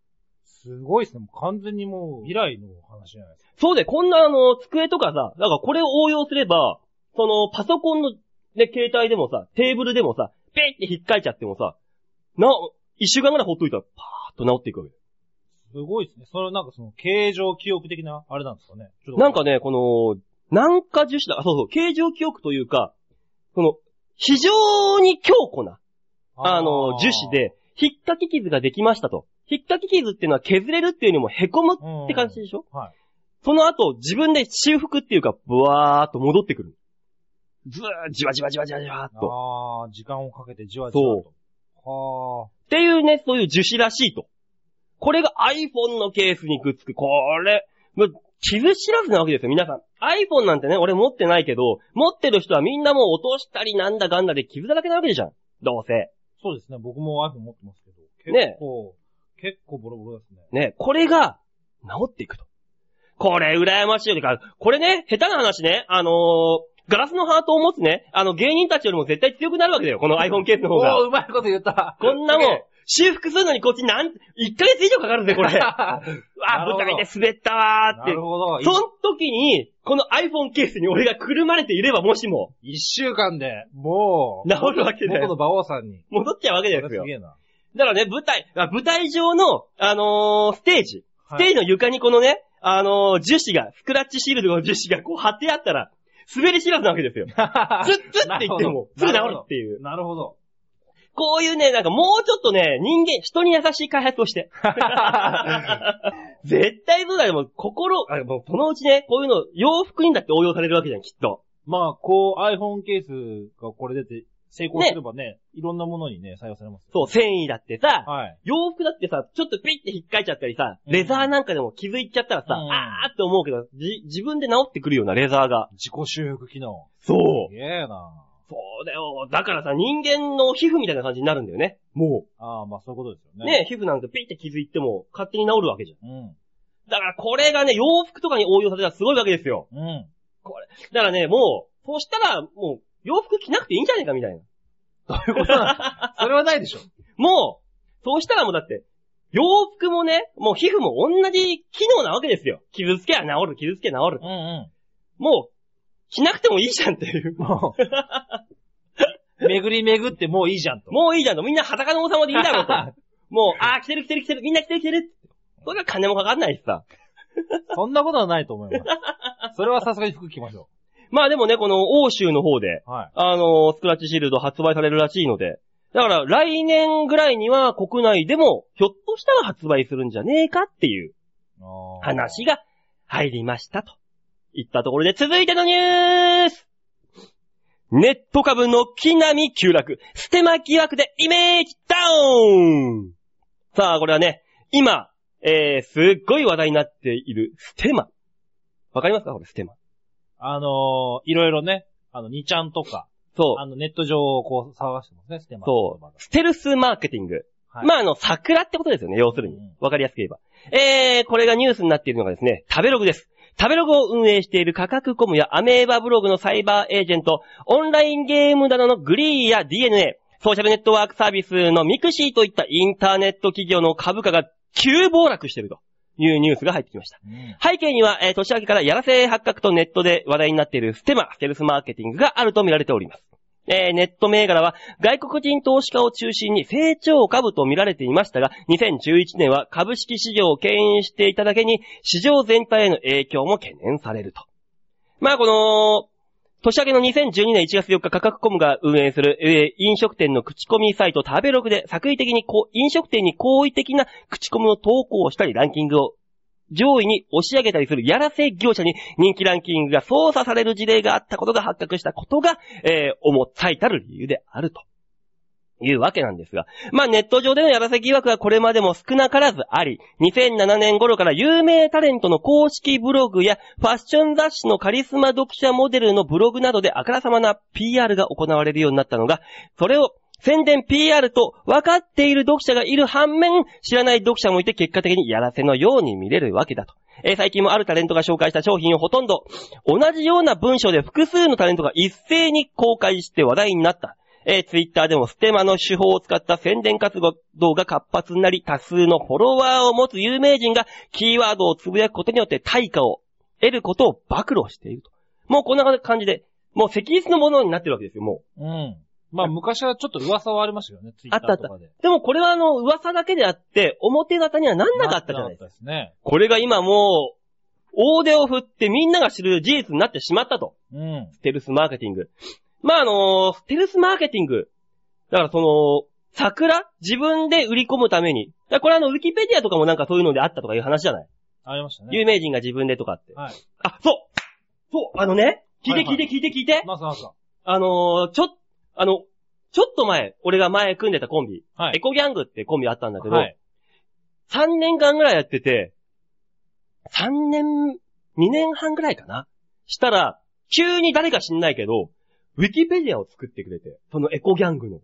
B: すごいですね。もう完全にもう、未来の話じゃないですか。
A: そうで、こんなあの、机とかさ、なんかこれを応用すれば、その、パソコンの、ね、携帯でもさ、テーブルでもさ、ペッて引っかいちゃってもさ、な、一週間ぐらいほっといたら、パーッと治っていくわけ。
B: すごいですね。それはなんかその、形状記憶的な、あれなんですかね。ちょっと
A: なんかね、この、軟化樹脂だ、あ、そうそう、形状記憶というか、その、非常に強固な、あの、樹脂、で、引っかき傷ができましたと。引っかき傷っていうのは削れるっていうよりも凹
B: っ
A: むって感じでしょ
B: はい。
A: その後、自分で修復っていうか、ブワーっと戻ってくる。ずー、じわじわじわじわじわーっと。
B: ああ、時間をかけてじわじわと。は
A: っていうね、そういう樹脂らしいと。これが iPhone のケースにくっつく。これ、もう傷知らずなわけですよ、皆さん。iPhone なんてね、俺持ってないけど、持ってる人はみんなもう落としたりなんだかんだで傷だらけなわけじゃん。どうせ。
B: あ。そうですね。僕も iPhone 持ってますけど。
A: ね
B: 結構、結構ボロボロですね。
A: ね、これが、治っていくと。これ、羨ましいよりか、これね、下手な話ね、あのーガラスのハートを持つね、あの、芸人たちよりも絶対強くなるわけだよ、この iPhone ケースの方が。
B: うまいこと言った、
A: こんなもん修復するのにこっちなん、1ヶ月以上かかるぜ、こ れ。あ、
B: なるほ
A: 舞
B: ど
A: 台で滑ったわーっ
B: な
A: て
B: る。ほ ど。
A: その時に、この iPhone ケースに俺がくるまれていれば、もしも、
B: 一週間で、もう、
A: 治るわけだ
B: 僕の
A: よ。
B: 馬王さんに。
A: 戻っちゃうわけで
B: こ
A: す
B: れ
A: よ
B: す。げえな。
A: だからね、舞台、あ舞台上の、あのーステージ。ステー
B: はい
A: ジの床にこのね、あのー樹脂が、スクラッチシールドの樹脂がこう貼ってあったら、滑り知らずなわけですよ。ツッツッって言っても、すぐ治るっていう。
B: なるほど。
A: こういうね、なんかもうちょっとね、人間、人に優しい開発 をして。絶対そうだよ、もう心、あもうそのうちね、こういうの、洋服にだって応用されるわけじゃん、きっと。
B: まあ、こう、iPhone ケースがこれ出て成功すればね、いろんなものにね、採用されます。
A: そう、繊維だってさ、
B: はい。
A: 洋服だってさ、ちょっとピッて引っかいちゃったりさ、
B: うん
A: レザーなんかでも気づいちゃったらさ、
B: うん
A: あーって思うけど、じ、自分で治ってくるようなレザーが。
B: 自己修復機能。
A: そう
B: す。げえな。
A: そうだよ。だからさ、人間の皮膚みたいな感じになるんだよね。も
B: ああ、まあそういうことですよ
A: う。
B: ね。
A: ね、皮膚なんかピッて気づいても勝手に治るわけじゃん。
B: うん。
A: だからこれがね、洋服とかに応用されたらすごいわけですよ。
B: うん。
A: だからね、もう、そうしたら、もう、洋服着なくていいんじゃないかみたいな。
B: どういうことなのそれはないでしょ。
A: もう、そうしたらもうだって、洋服もね、もう皮膚も同じ機能なわけですよ。傷つけは治る、傷つけは治る
B: う。んう
A: もう、着なくてもいいじゃんっていう。
B: ん。もう、巡り巡ってもういいじゃんと。
A: もういいじゃんと。みんな裸の王様でいいだろうと。もう、あー着てる着てる着てる、みんな着てる着てる。それは金もかかんないしさ。
B: そんなことはないと思います。それはさすがに服着ましょ
A: まあでもね、この欧州の方で、
B: う。はい。
A: あのースクラッチシールド発売されるらしいので、だから来年ぐらいには国内でも、ひょっとしたら発売するんじゃねえかっていう
B: あー
A: 話が入りましたと。いったところで続いてのニュースネット株の木並急落。ステマ疑惑でイメージダウンさあ、これはね、今、えー、すっごい話題になっているステマ。わかりますかこれステマ。
B: あのー、いろいろね、あの、2ちゃんとか、
A: そう。
B: あの、ネット上をこう探してますね、ステマ
A: そ
B: まだ
A: う。ステルスマーケティング。
B: はい
A: まあ、あの、桜ってことですよね、要するに
B: うん。
A: わかりやすく言えば。えー、これがニュースになっているのがですね、食べログです。食べログを運営している価格コムやアメーバブログのサイバーエージェント、オンラインゲームなどのグリーや DNA、ソーシャルネットワークサービスのミクシーといったインターネット企業の株価が急暴落しているというニュースが入ってきました。背景には、えー年明けからやらせ発覚とネットで話題になっているステマ、セルスマーケティングがあると見られております。えーネット銘柄は外国人投資家を中心に成長株と見られていましたが、2011年は株式市場を牽引していただけに、市場全体への影響も懸念されると。まあ、この、年明けの2012年1月4日、価格コムが運営する、えー飲食店の口コミサイト食べログで、作為的にこう飲食店に好意的な口コミの投稿をしたり、ランキングを上位に押し上げたりするやらせ業者に人気ランキングが操作される事例があったことが発覚したことが、えー、重最たる理由であると。いうわけなんですが。まあ、ネット上でのやらせ疑惑はこれまでも少なからずあり、2007年頃から有名タレントの公式ブログやファッション雑誌のカリスマ読者モデルのブログなどであからさまな PR が行われるようになったのが、それを宣伝 PR と分かっている読者がいる反面、知らない読者もいて結果的にやらせのように見れるわけだと。えー最近もあるタレントが紹介した商品をほとんど同じような文章で複数のタレントが一斉に公開して話題になった。えー、ツイッターでもステマの手法を使った宣伝活動が活発になり、多数のフォロワーを持つ有名人がキーワードをつぶやくことによって対価を得ることを暴露していると。もうこんな感じで、もう石筆のものになってるわけですよ、もう。
B: うん。まあ昔はちょっと噂はありましたよね、ツイッタ
A: あったあ
B: ー
A: った
B: とかで。
A: でもこれはあの、噂だけであって、表方にはなんなかったじゃないですか。
B: か。ですね。
A: これが今もう、大手を振ってみんなが知る事実になってしまったと。
B: うん。
A: ステルスマーケティング。まあ、あのステルスマーケティング。だからその、桜自分で売り込むために。だからこれあの、ウィキペディアとかもなんかそういうのであったとかいう話じゃない、
B: ありましたね。
A: 有名人が自分でとかって。
B: はい。
A: あ、そうそうあのね、聞い
B: は
A: て
B: いは
A: 聞
B: い
A: いて聞いて聞いて、
B: まさまさ。
A: あのーちょ、あの、ちょっと前、俺が前組んでたコンビ、
B: は
A: エ
B: い。
A: コギャングってコンビあったんだけど、
B: はい。
A: 3年間ぐらいやってて、3年、2年半ぐらいかなしたら、急に誰か知んないけど、ウィキペディアを作ってくれて、そのエコギャングの。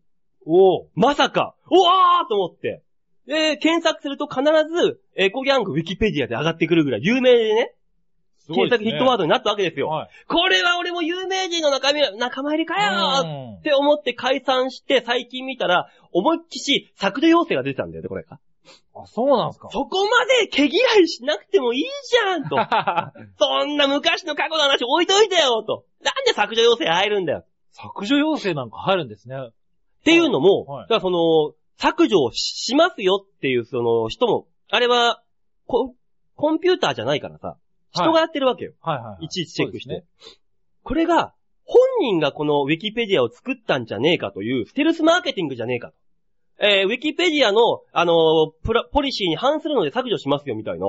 B: おー。
A: まさか、おわーと思って。で、検索すると必ず、エコギャングウィキペディアで上がってくるぐらい有名でね、
B: すご
A: 検
B: いです
A: 索
B: ね。
A: ヒットワードになったわけですよ。
B: はい。
A: これは俺も有名人の仲間、仲間入りかよーっ
B: うん
A: て思って解散して、最近見たら、思いっきし削除要請が出てたんだよね、これが。
B: あ、そうなんすか。
A: そこまで毛嫌いしなくてもいいじゃんと。そんな昔の過去の話置いといてよと。なんで削除要請入るんだよ。
B: 削除要請なんか入るんですね。
A: っていうのも、
B: はい
A: だからその、削除をしますよっていうその人も、あれは、ココンピューターじゃないからさ、人がやってるわけよ。
B: はいはいはい。
A: い、ちいちチェックして、
B: そうで
A: これが、本人がこのウィキペディアを作ったんじゃねえかという、ステルスマーケティングじゃねえかと。えー、ウィキペディアの、あのープラ、ポリシーに反するので削除しますよみたいな、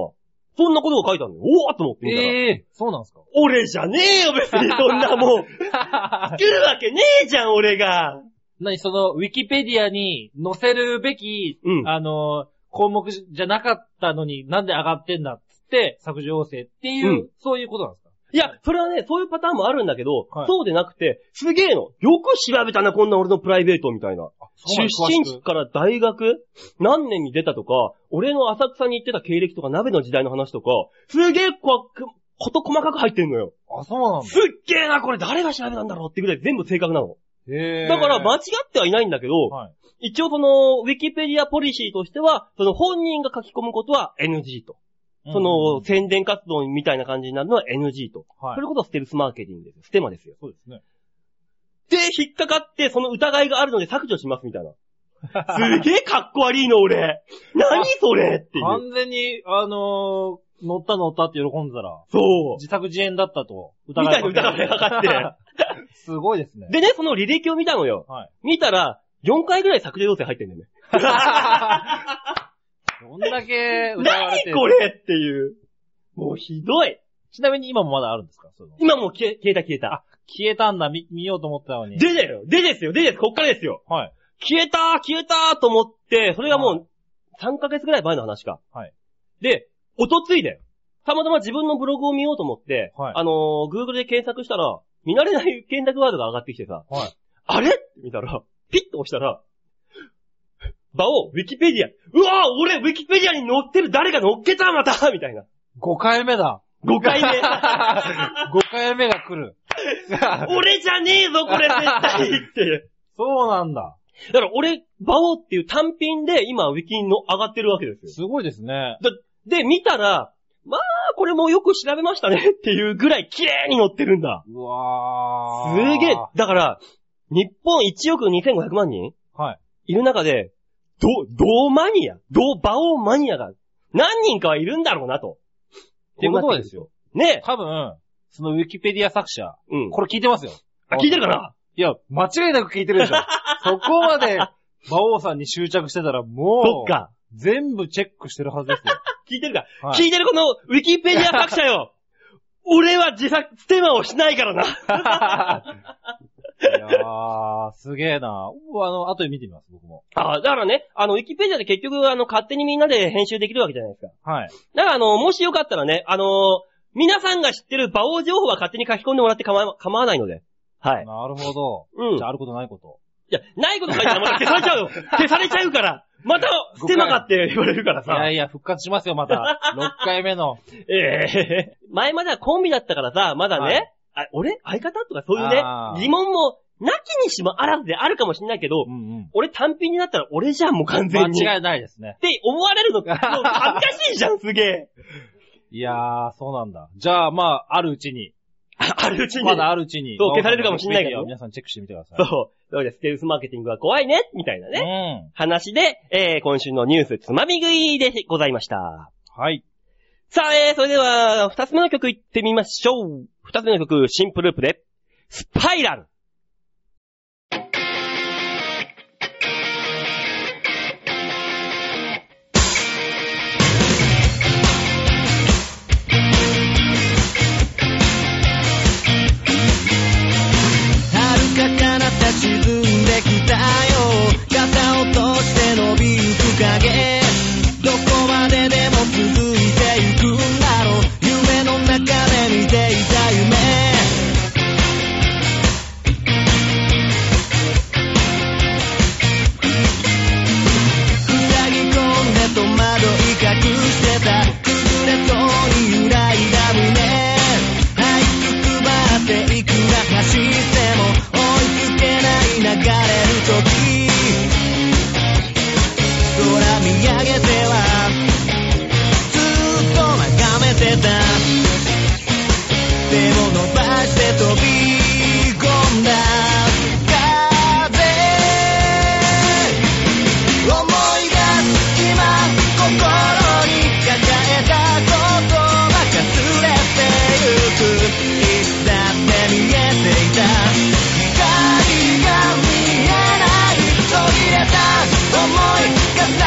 A: そんなことが書いてあるのよ。おーっと思ってみたら。
B: ええー、そうなんす か。
A: 俺じゃねえよ、別に そんなもん。作るわけねえじゃん、俺が。
B: 何その、ウィキペディアに載せるべき、
A: うん
B: あの、項目じゃなかったのになんで上がってんだっつって、削除要請っていう、
A: うん
B: そういうことなんですか
A: いや、それはね、そういうパターンもあるんだけど、
B: はい
A: そうでなくて、すげえの。よく調べたな、こんな俺のプライベートみたいな。出身地から大学、何年に出たとか、俺の浅草に行ってた経歴とか、鍋の時代の話とか、すげえこわくこと細かく入ってんのよ。
B: あ、そうなんだ。
A: すっげえな、これ誰が調べたんだろうってぐらい全部正確なの。
B: へー
A: だから間違ってはいないんだけど、
B: はい。
A: 一応その、ウィキペディアポリシーとしては、その本人が書き込むことは NG と。その、
B: うん
A: 宣伝活動みたいな感じになるのは NG と。
B: はい
A: それこそステルスマーケティングですよ。ステマですよ。
B: そうですね。
A: で、引っかかって、その疑いがあるので削除しますみたいな。すげえかっこ悪いの、俺。何それっていう。
B: 完全に、あのー乗った乗ったって喜んでたら、
A: そう。
B: 自作自演だったと、
A: みたいな
B: か
A: 疑いがかか
B: って。 すごいですね。
A: でね、その履歴を見たのよ。
B: はい。
A: 見たら、4回ぐらい削除要請入ってんだよね。
B: どんだけ疑われてる
A: 何これっていう。もうひどい。
B: ちなみに今もまだあるんですかその
A: 今もう消え消えた消えた。
B: 消えたんだ、見、見ようと思ってたのに。
A: でだよ。でですよ。でです。こっからですよ。
B: はい。
A: 消えたー消えたーと思って、それがもう3ヶ月ぐらい前の話か。
B: はい。
A: で、おとついだよ。たまたま自分のブログを見ようと思って、
B: はい
A: あのー、Google で検索したら、見慣れない検索ワードが上がってきてさ、
B: はい。
A: あれって見たら、ピッと押したら、場を Wikipedia。うわー俺 Wikipedia に載ってる誰が載っけたまたみたいな。
B: 5回目だ。
A: 5 回目。
B: 5回目が来る。
A: 俺じゃねえぞ、これ絶対っていう。
B: そうなんだ。
A: だから俺、バオっていう単品で今、ウィキにの上がってるわけですよ。
B: すごいですね。
A: だで、見たら、まあ、これもよく調べましたねっていうぐらい綺麗に載ってるんだ。
B: うわ
A: す
B: ー。
A: げえ。だから、日本1億2500万人
B: はい。
A: いる中で、ど、どうマニアどうバオマニアが何人かはいるんだろうなと。
B: っていうことですよ。
A: ねえ。
B: 多分、そのウィキペディア作者、
A: うん。
B: これ聞いてますよ。
A: あ、聞いてるかない
B: や、間違いなく聞いてるで しょ。そこまで、馬王さんに執着してたらもう、
A: そっか。
B: 全部チェックしてるはずですよ。
A: 聞いてるか。
B: はい
A: 聞いてるこのウィキペディア作者 よ俺は自作ステマをしないからな。
B: いやー、すげえな。うあの、後で見てみます、僕も。
A: あだからね、あの、ウィキペディアで結局、あの、勝手にみんなで編集できるわけじゃないですか。
B: はい。
A: だから、あの、もしよかったらね、あの皆さんが知ってる馬王情報は勝手に書き込んでもらって構わ構わないので。はい。
B: なるほど。
A: うん
B: じゃあ、あることないこと。
A: いや、ないこと書いたらまた 消されちゃうよ。消されちゃうから。また、ステマかって言われるから
B: い
A: さ
B: や。いや、復活しますよ、ま た。6回目の。
A: ええ前まではコンビだったからさ、まだね、
B: はい
A: あ俺相方とかそういうね
B: あ、ー
A: 疑問も、なきにしもあらずであるかもしんないけど、
B: うんうん。
A: 俺単品になったら俺じゃん、もう完全に。
B: 間
A: っ
B: 違いないですね。
A: て思われるの、 もう恥ずかしいじゃん、すげえ。
B: いやー、そうなんだ。じゃあ、まあ、あるうちに。
A: ああるうちに。
B: まだあるうちに。
A: そう消されるかもしれないけど
B: 馬王さんのウィキペディアを皆さんチェックしてみてください。
A: そう。そうです。セールスマーケティングは怖いね、みたいなね。
B: ね。
A: 話で、えー、今週のニュースつまみ食いでございました。
B: うん。はい。
A: さあ、えー、それでは、二つ目の曲いってみましょう。二つ目の曲、シンプループで、スパイラル。
D: 遥か彼方沈んできたよ傘落として伸びゆく影どこまででも続いてゆくんだろう夢の中で見ていた夢ふらぎ込んで戸惑い隠してた崩れそうに揺らいだ胸はいつくばっていくら走っても追いつけない流れる時空見上げてはずっと眺めてた手を伸ばして飛び込んだ風思い出す今心に抱えたことがかすれてゆくいつだって見えていた光が見えない途切れた思い重ね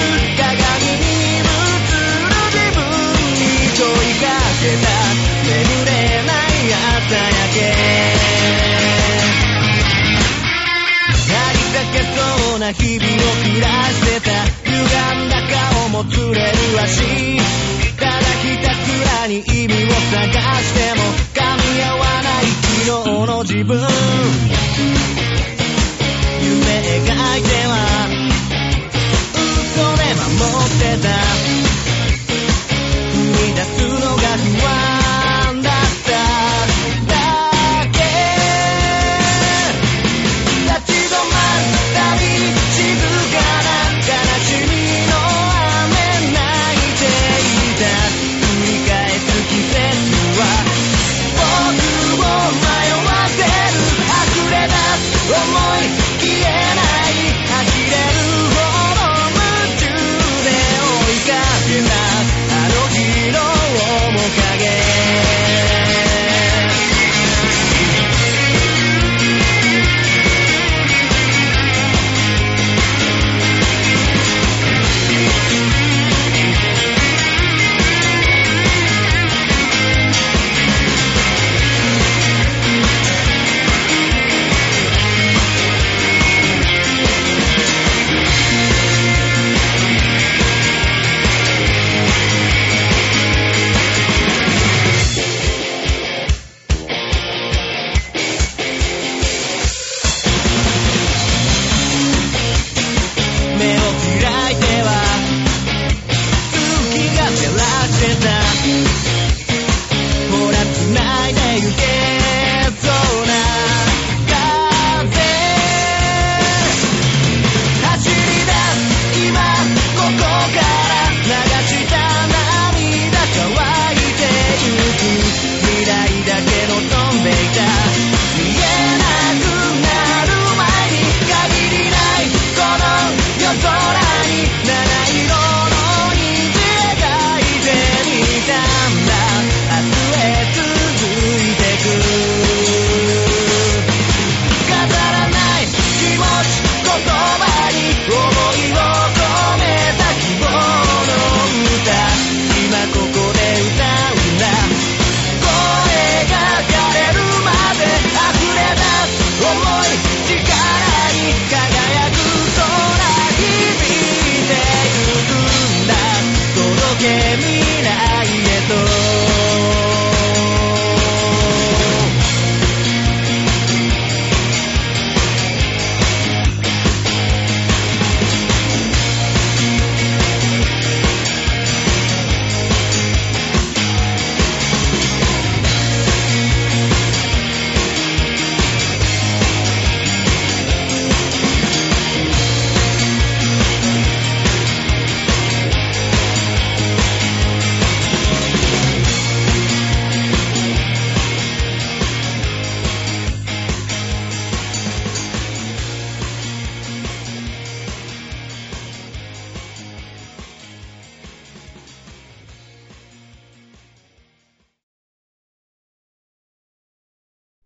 D: る鏡に映る自分に問いかけた眠れない朝焼け成りかけそうな日々を暮らしてた歪んだ顔も釣れる足ただひたすらに意味を探しても噛み合わない昨日の自分夢描いては嘘で守ってた踏み出すのが不安だっただけ立ち止まったり静かな悲しみの間に雨泣いていた繰り返す季節は僕を迷わせる溢れ出す思い消えない呆れるほど夢中で追いか行けそうな風走り出す今ここから流した涙乾いてゆく未来だけ望んでいた見えなくなる前に限りないこの夜空に七色の虹描いてみたんだ明日へ続いてく飾らない気持ち言葉に思いを込めてた希望の歌今ここで歌うんだ声が枯れるまで溢れ出す想い力に輝く空響いてゆくんだ届け未来へと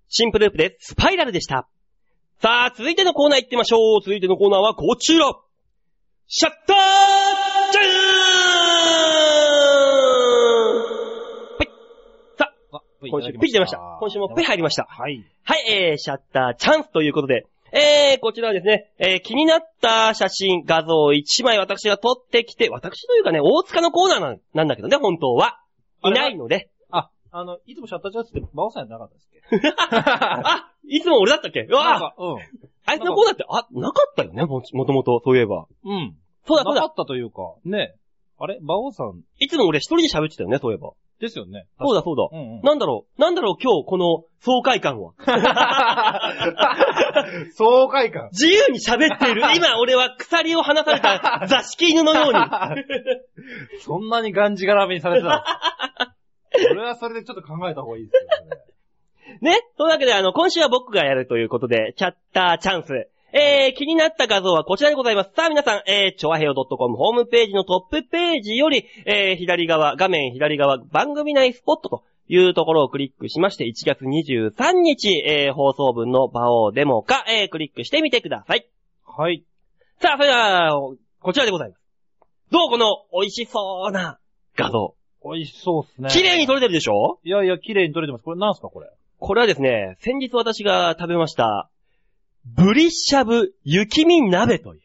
A: シンプループでスパイラルでした。さあ、続いてのコーナー行ってみましょう。続いてのコーナーはこちら。シャッターチャンはい。さあ、今週ピッ出ました。今週もピッ入りました。
B: はい。
A: はい、えー、シャッターチャンスということで、えー、こちらはですね、えー、気になった写真、画像を1枚私が撮ってきて、私というかね、大塚のコーナーなんなんだけどね、本当は。いないので。
B: あ、あの、いつもシャッターチャンスって、馬王さんじゃなかったですっけ
A: あ、いつも俺だったっけう
B: なん
A: わ
B: か、うん。
A: あいつのコーナーって、あ、なかったよね、ももともと、そういえば。
B: うん。
A: そうだそう
B: なかっ
A: だ。
B: たというか、ね。あれ馬王さん
A: いつも俺一人で喋ってたよね、そういえば。
B: ですよね。
A: そう
B: だ。
A: だそうだ。
B: うんうん。
A: なんだろう、なんだろう今日この爽快感は。
B: 爽快感。
A: 自由に喋ってい る。今俺は鎖を離された座敷犬のように。
B: そんなにがんじがらめにされてたのそれはそれでちょっと考えた方がいいですよね。
A: ね。というわけで、あの、今週は僕がやるということで、チャッターチャンス。えー、気になった画像はこちらでございます。さあ皆さん、えー、ちょわへよ .com ホームページのトップページより、えー、左側、画面左側、番組内スポットというところをクリックしまして、1月23日、えー、放送分の場をデモか、えー、クリックしてみてください。
B: はい。
A: さあ、それでは、こちらでございます。どうこの美味しそうな画像。
B: 美味しそうっすね。
A: 綺麗に撮れてるでしょ
B: いやいや、綺麗に撮れてます。これなんすか、これ。
A: これはですね、先日私が食べました、ブリシャブ雪見鍋という、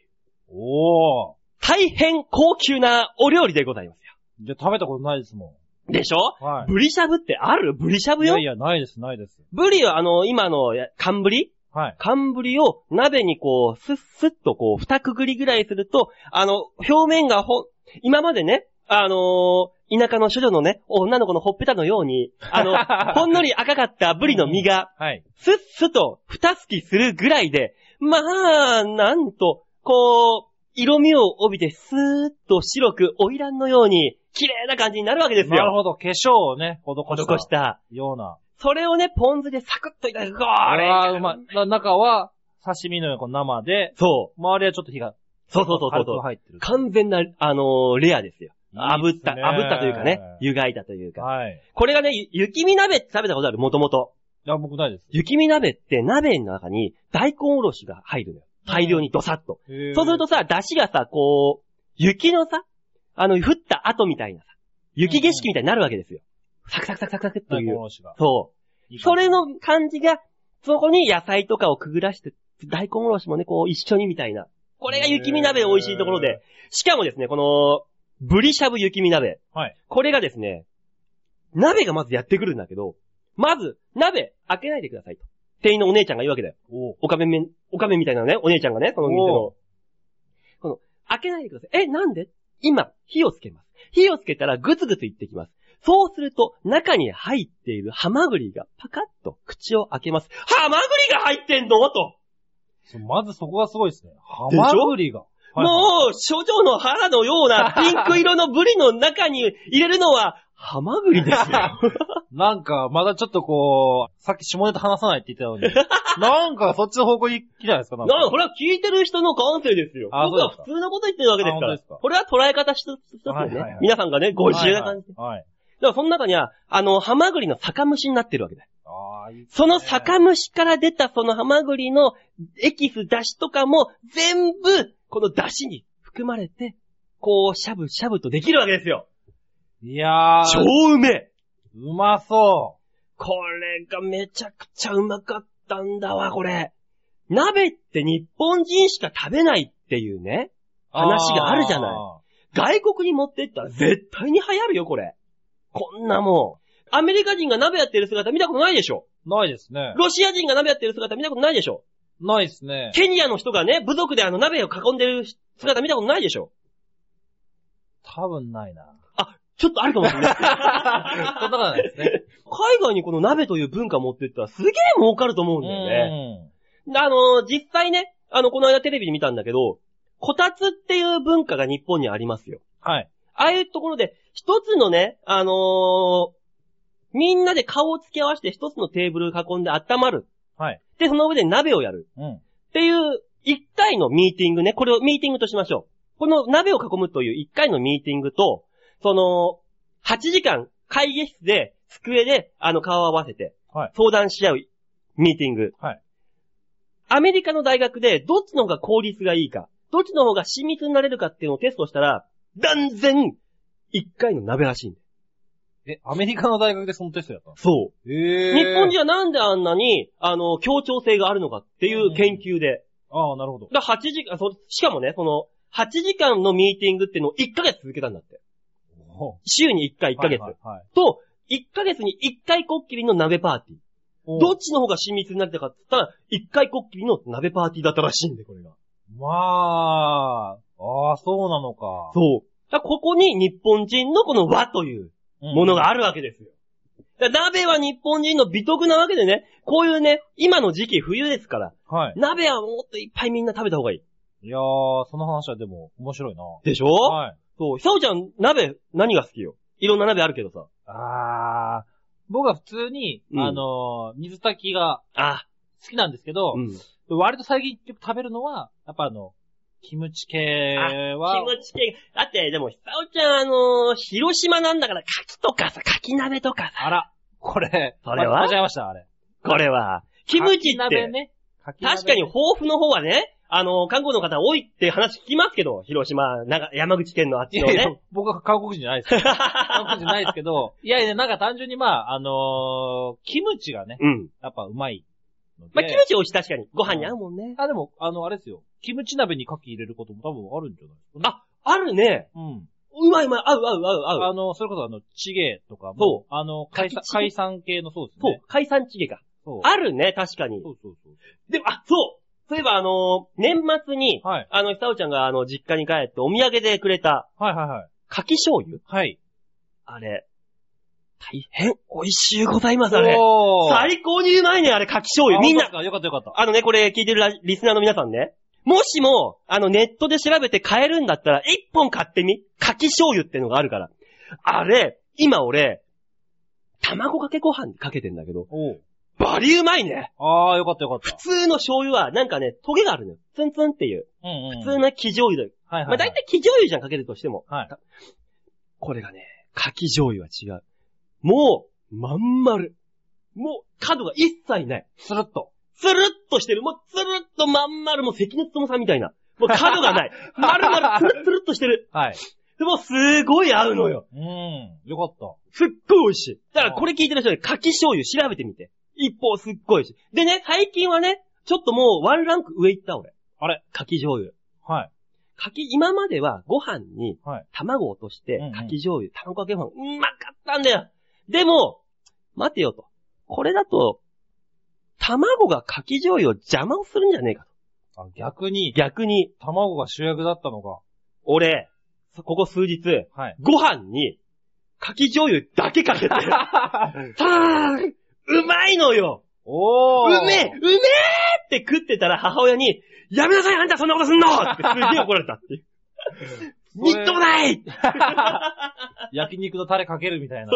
B: おー。
A: 大変高級なお料理でございますよ。
B: じゃあ食べたことないですも
A: でし
B: ん。
A: ょ
B: はい。
A: ブリシャブってあるブリシャブ
B: い
A: よ
B: やいや、ないです、ないです。
A: ブリはあの、今のや寒ブリ
B: はい。
A: 寒ブリを鍋にこう、スッスッとこう、二くぐりぐらいすると、あの、表面がほ、今までね、あのー田舎の処女のね、女の子のほっぺたのように、あの、ほんのり赤かったブリの身が、
B: はい。
A: すっすと、二すきするぐらいで、まあ、なんと、こう、色味を帯びて、スーッと白く、花魁のように、綺麗な感じになるわけです
B: なる
A: よ。
B: ほど、化粧をね、施
A: 施し
B: した
A: た。
B: ような。
A: それをね、ポン酢でサクッといただく。あ
B: あーうまい。な中は、刺身のようなこう生で、
A: そ
B: 周りはちょっと火が、
A: う。そうそうそうそう
B: 軽
A: そ
B: く
A: う。
B: 入ってる。
A: 完全な、あのーレアですよ。
B: いい
A: 炙
B: っ
A: っ
B: す
A: た、
B: ね
A: 炙ったというかね、湯がいたというか。
B: はい。
A: これがね、ゆ雪見鍋って食べたことある、もともと。
B: いや、僕ないです。
A: 雪見鍋って鍋の中に大根おろしが入るのよ。大量にドサッと。
B: へー
A: そうすると、さ、出汁がさ、こう、雪のさ、あの、降った後みたいなさ、雪景色みたいになるわけですよ。サクサクサクサクサクって
B: 大
A: い
B: 根
A: う
B: お。ろしが。
A: そう。それの感じが、そこに野菜とかをくぐらして、大根おろしもね、こう、一緒にみたいな。これが雪見鍋の美味しいところで、しかもですね、この、ブリシャブ雪見鍋。
B: はい
A: これがですね、鍋がまずやってくるんだけど、まず、鍋、開けないでくださいと。店員のお姉ちゃんが言うわけだよ。
B: おう
A: おかめめん、おかめみたいなね、お姉ちゃんがね、この店
B: お
A: の。この、開けないでください。え、なんで今、火をつけます。火をつけたらぐつぐついってきます。そうすると、中に入っているハマグリがパカッと口を開けます。ハマグリが入ってんのと、
C: そうまずそこがすごいですね。ハ
A: でしょ
C: マグリが。はいはい
A: もう、諸女の腹のよう なピンク色のブリの中に入れるのは、ハマグリ ですよ。
C: なんか、まだちょっとこう、さっき下ネタ話さないって 言ってたのに。なんか、そっちの方向に来てないですかなんか
A: なこれは聞いてる人の感性ですよ。
C: あ
A: 僕は
C: そうですか
A: 普通のこと言ってるわけですか
C: あ本当
A: ら。
C: ですか
A: これは捉え方一つ一つ
C: は
A: で
C: いはいはい
A: ね。皆さんがね、ご自由な
C: はい
A: 感じで。
C: はい。はい
A: だからその中には、あの、ハマグリの酒蒸しになってるわけだよ。
C: あーいいですね
A: その酒蒸しから出たそのハマグリのエキス、出汁とかも全部、この出汁に含まれて、こう、しゃぶしゃぶとできるわけですよ。
C: いやー、
A: 超うめえ
C: うまそ
A: これがめちゃくちゃうまかったんだわ、これ。鍋って日本人しか食べないっていうね。
C: う。
A: 話があるじゃない
C: あ
A: 外国に持ってったら絶対に流行るよ、これ。こんなもん。アメリカ人が鍋やってる姿見たことないでしょ。
C: ー。ないですね。
A: ロシア人が鍋やってる姿見たことないでしょ。
C: ないですね。
A: ケニアの人がね、部族であの鍋を囲んでる姿見たことないでしょ。
C: 多分ないな。
A: ちょっとあるかもしれない。
C: そんなことないで すね。
A: 海外にこの鍋という文化持ってったらすげえ儲かると思うんだよね。
C: ね。
A: あのー実際ね、あの、この間テレビで見たんだけど、こたつっていう文化が日本にありますよ。
C: はい。
A: ああいうところで、一つのね、あのーみんなで顔を付き合わせて一つのテーブル囲んで温まる。
C: はい。
A: で、その上で鍋をやる。
C: うん。
A: っていう、一回のミーティングね、これをミーティングとしましょう。この鍋を囲むという一回のミーティングと、その、8時間会議室で、机で、あの、顔を合わせて
C: はい、
A: 相談し合うミーティング。
C: はい
A: アメリカの大学で、どっちの方が効率がいいか、どっちの方が親密になれるかっていうのをテストしたら、断然、一回の鍋らしいんだよ。
C: え、アメリカの大学でそのテストやったの
A: そう。
C: え
A: 日本人はなんであんなに、あの、協調性があるのかっていう研究で、
C: ああ、なるほど。
A: だから8時間、そしかもね、その、8時間のミーティングっていうのを1ヶ月続けたんだって。
C: お
A: 週に1回1ヶ月。
C: はいはいはい。
A: と、1ヶ月に1回こっきりの鍋パーティー。
C: おう
A: どっちの方が親密になれたかって言ったら、1回こっきりの鍋パーティーだったらしいんで、これが。
C: まあ、ああ、そうなのか。
A: そう。だからここに日本人のこの和という
C: う
A: ものがあるわけですよ。だから鍋は日本人の美徳なわけでね、こういうね、今の時期冬ですから、
C: はい。
A: 鍋はもっといっぱいみんな食べた方がいい。
C: いやー、その話はでも面白いな。
A: でしょ、
C: はい。
A: そう。ひさおちゃん、鍋、何が好きよいろんな鍋あるけどさ。
C: あー、僕は普通に、
A: うん
C: あのー、水炊きが
A: あ、
C: 好きなんですけど、
A: うん。
C: 割と最近よく食べるのは、やっぱあの、キムチ系は、
A: 気持ち系が。だって、でも、ひさおちゃん、あのー広島なんだから、牡蠣とかさ、牡蠣鍋とかさ、
C: あら、これ、
A: それは
C: また間違えました、あれ。
A: これは、キムチ
C: か
A: っ
C: き鍋
A: て、
C: ね。かき鍋
A: 確かに、豊富の方はね、あのー韓国の方多いって話聞きますけど、広島、なんか山口県のあっ
C: い
A: ちの
C: やいや
A: ね。
C: 僕は韓国人じゃないです。韓国人じゃないですけど、いやいや、なんか単純にまあ、あのー、キムチがね、
A: うん。
C: やっぱうまいので。
A: まあ、キムチ美味しい、確かに。ご飯に合うもんね。
C: あ、でも、あの、あれですよ。キムチ鍋に牡蠣入れることも多分あるんじゃないですかね。
A: ああるね。
C: うん。
A: うまいうまい、合う合う合う合う。
C: あの、それこそあの、チゲとかも、。
A: そう
C: あの、解散
A: 牡蠣チゲ
C: 解散系のそうです
A: そう
C: ね。、
A: 海産地理か。
C: そう。
A: あるね、確かに。
C: そうそうそう。
A: でも、あ、そうそういえば、あのー年末に、
C: はい。
A: あの、ひさおちゃんが、あの、実家に帰ってお土産でくれた、
C: はいはいはい。
A: 牡蠣醤油
C: はい。
A: あれ、大変美味しゅうございます、あれ。
C: おー
A: 最高にうまいね、あれ、牡蠣醤油。
C: あ
A: みん
C: 本
A: な、
C: 当ですかよかったよかった。
A: あのね、これ聞いてるラリスナーの皆さんね。もしも、あの、ネットで調べて買えるんだったら、一本買ってみ。牡蠣醤油ってのがあるから。あれ、今俺、卵かけご飯かけてんだけど、
C: おう
A: バリうまいね。
C: あー、よかったよかった。
A: 普通の醤油は、なんかね、トゲがあるのよ。ツンツンっていう。
C: うんうん。
A: 普通の生醤油だよ。
C: はいはいはい。
A: まあ、大体生醤油じゃん、かけるとしても。
C: はい。
A: これがね、柿醤油は違う。もう、まん丸。もう、角が一切ない。
C: スルッと。
A: つるっとしてる。もう、つるっとまん丸。もう、関根勤さんみたいな。もう、角が ない。丸々、つるっつるっとしてる。
C: はい。
A: でも、すごい合うのよ。
C: うん。よかった。
A: すっごい美味しい。だから、これ聞いてる人で、柿醤油調べてみて。一方、すっごい美味しい。でね、最近はね、ちょっともう、ワンランク上行った、俺。
C: あれ
A: 柿醤油。
C: はい。
A: 柿、今まではご飯に
C: はい
A: 卵を落として
C: うんうん、
A: 柿醤油、卵かけご飯、うまかったんだよ。でも、待てよと。これだと、卵が柿醤油を邪魔をするんじゃねえかと。
C: あ、逆に、
A: 逆に、
C: 卵が主役だったのか。
A: 俺、ここ数日、
C: はい。
A: ご飯にかき醤油だけか けて。はぁ、うまいのよ
C: おー。
A: うめえうめえって食ってたら母親に、やめなさいあんたそんなことすんのってすげえ怒られたっていう。
C: そ
A: み
C: れ
A: っともない
C: 焼肉のタレかけるみたいな。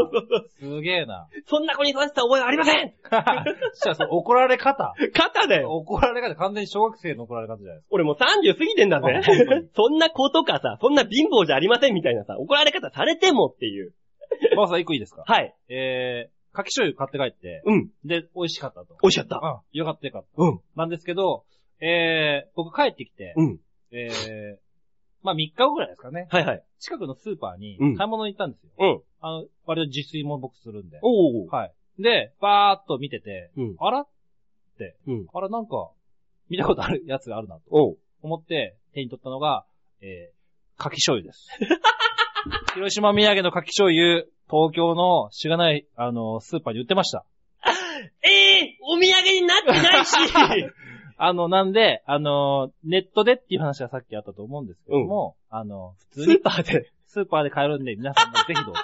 C: すげえな。
A: そんな子に育てた覚えはありません
C: そしたらその怒られ方
A: 肩だよ
C: 怒られ方、完全に小学生の怒られ方じゃないです
A: 俺もう30過ぎてんだぜ
C: あ本当に。
A: そんな子とかさ、そんな貧乏じゃありませんみたいなさ、怒られ方されてもっていう。
C: か。ばあさん一個いいですか
A: はい。
C: えー、かき醤油買って帰って、
A: うん。
C: で、美味しかったと。
A: おっしゃった。
C: うん。よかったよかった。
A: うん。
C: なんですけど、えー、僕帰ってきて、
A: うん。
C: えー、まあ3日後ぐらいですかね。
A: はいはい。
C: 近くのスーパーに
A: うん
C: 買い物に行ったんですよ。
A: うん。
C: あの、割と自炊も僕するんで。
A: おー。
C: はい。で、バーっと見てて、
A: うん。
C: あら
A: うん。
C: あらなんか、見たことあるやつがあるなと
A: おう。
C: 思って手に取ったのが、えー、かき醤油です。 広島土産のかき醤油、東京のしがない、あの、スーパーに売ってました。
A: ええお土産になってないし
C: あの、なんで、あの、ネットでっていう話がさっきあったと思うんですけども、あの、普
A: ス
C: 通に
A: ーパーで。
C: スーパーで買えるんで、皆さんもぜひ どうぞ。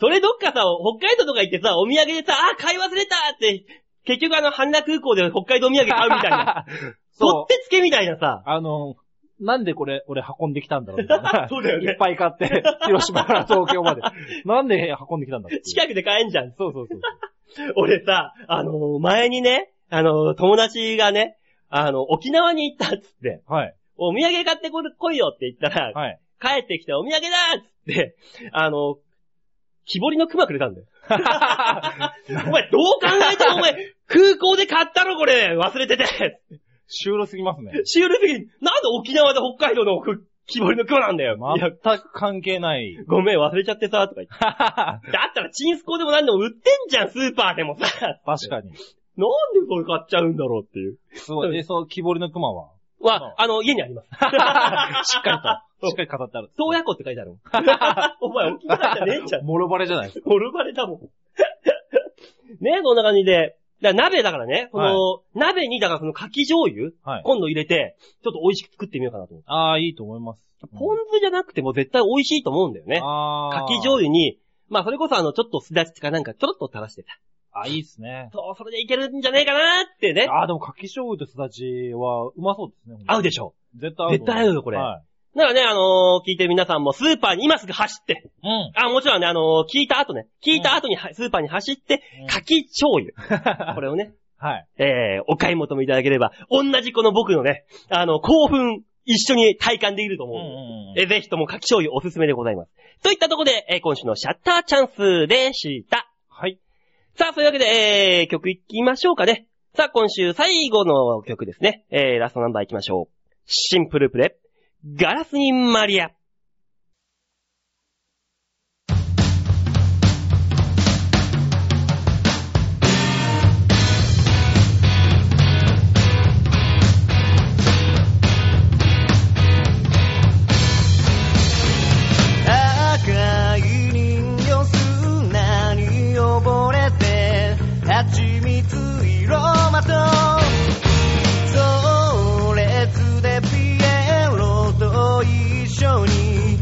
A: それどっかさ、北海道とか行ってさ、お土産でさ、あ、買い忘れたって、結局あの、半田空港で北海道土産買うみたい な。取
C: そ
A: っ
C: う。
A: てつけみたいなさ。。
C: あの、なんでこれ、俺運んできたんだろうみたい な
A: そうだよね
C: いっぱい買って、広島から東京まで。なんで運んできたんだろう。
A: 近くで買えんじゃん。
C: そうそうそう。
A: 俺さ、あのー前にね、あのー友達がね、あの、沖縄に行ったっつって、
C: はい。
A: お土産買ってこる来いよって言ったら、
C: はい。
A: 帰ってきてお土産だっつって、あの、木彫りの熊くれたんだ よ。 お前どう考えてもお前、空港で買ったろこれ忘れてて
C: シュールすぎますね。
A: シュール的に、なんで沖縄で北海道のく木彫りの熊なんだよ。いや、
C: 全く関係ない。
A: ごめん忘れちゃってさ、とか言って。だったらチンスコでもなんでも売ってんじゃん、スーパーでもさ。
C: 確か
A: な
C: に。
A: んでそれ買っちゃうんだろうっていう。
C: すごい。で、その木彫りの熊は、
A: は、あの、家にあります。
C: しっかりと、しっかり飾ってある。
A: 洞爺湖って書いて あるもん。お前沖縄じゃねえじゃん。
C: もろバレじゃないですか。
A: ボルバレだもん。ねえ、そんな感じで。だから鍋だからね、この、鍋に、だからその柿醤油、
C: はい。
A: 今度入れて、ちょっと美味しく作ってみようかなと思って。
C: ああ、いいと思います。
A: ポン酢じゃなくても絶対美味しいと思うんだよね。
C: ああ。
A: 柿醤油に、まあそれこそあの、ちょっとすだちかなんかちょろっと垂らしてた。
C: あ、いいっすね。
A: そう、それでいけるんじゃねえかなってね。
C: ああ、でも柿醤油とすだちはうまそうですね。
A: 合う
C: で。
A: でしょ
C: 絶対合うと思う。
A: 絶対合うよこれ
C: はい。
A: だからね、あのー聞いてる皆さんもスーパーに今すぐ走って、
C: うん。
A: あ、もちろんね、あのー聞いた後ね、聞いた後にはスーパーに走って
C: うん、
A: 柿醤 油。これをね、
C: はい。
A: えー、お買い求めいただければ、同じこの僕のね、あの、興奮、一緒に体感できると
C: う
A: 思
C: ん
A: う。
C: うんうん。
A: えーぜひとも柿醤油おすすめでございます。といったところで、えー今週のシャッターチャンスでした。
C: はい。
A: さあ、そういうわけで、えー、曲いきましょうかね。さあ、今週最後の曲ですね。えー、ラストナンバーいきましょう。シンプルプレ、ガラスにマリア。
D: 赤い人形砂に溺れて蜂蜜色まとう強烈でピエロと一緒に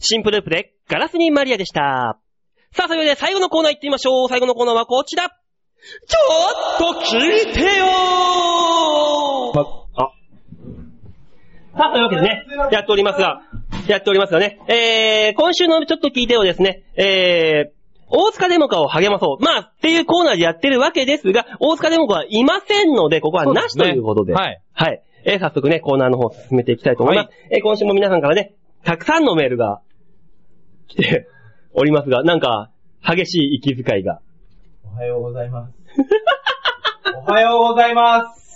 A: シンプループで、ガラスにマリアでした。さあ、それでは最後のコーナー行ってみましょう。最後のコーナーはこちら。ちょっと聞いてよーあ。さあ、というわけでね、やっておりますが、やっておりますがね、えー、今週のちょっと聞いてをですね、えー、大塚デモカを励まそう。まあ、っていうコーナーでやってるわけですが、大塚デモカはいませんので、ここはなしということで。
B: はい。
A: はい。えー早速ね、コーナーの方進めていきたいと思います。えー今週も皆さんからね、たくさんのメールが来ておりますが、なんか、激しい息遣いが。
C: おはようございます。おはようございます。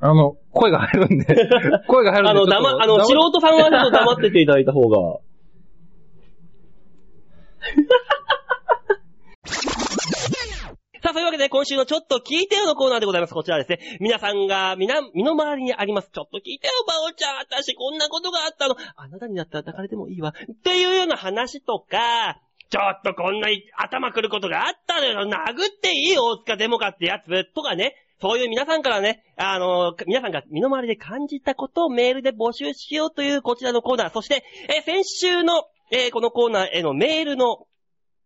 B: あの、声が入る んで。声が入る
A: あ
B: んで。
A: の、
B: ちょっと
A: 黙、あの、素人さんはちょっと黙ってていただいた方が。 さあ、そういうわけで、今週のちょっと聞いてよのコーナーでございます。こちらですね。皆さんが、みな、身の回りにあります。ちょっと聞いてよ、バオちゃん。私、こんなことがあったの。あなたになったら抱かれてもいいわ。っていうような話とか、ちょっとこんな頭くることがあったのよ。殴っていい大塚デモかってやつとかね。そういう皆さんからね、あのー皆さんが身の回りで感じたことをメールで募集しようというこちらのコーナー。そして、えー先週の、えーこのコーナーへのメールの、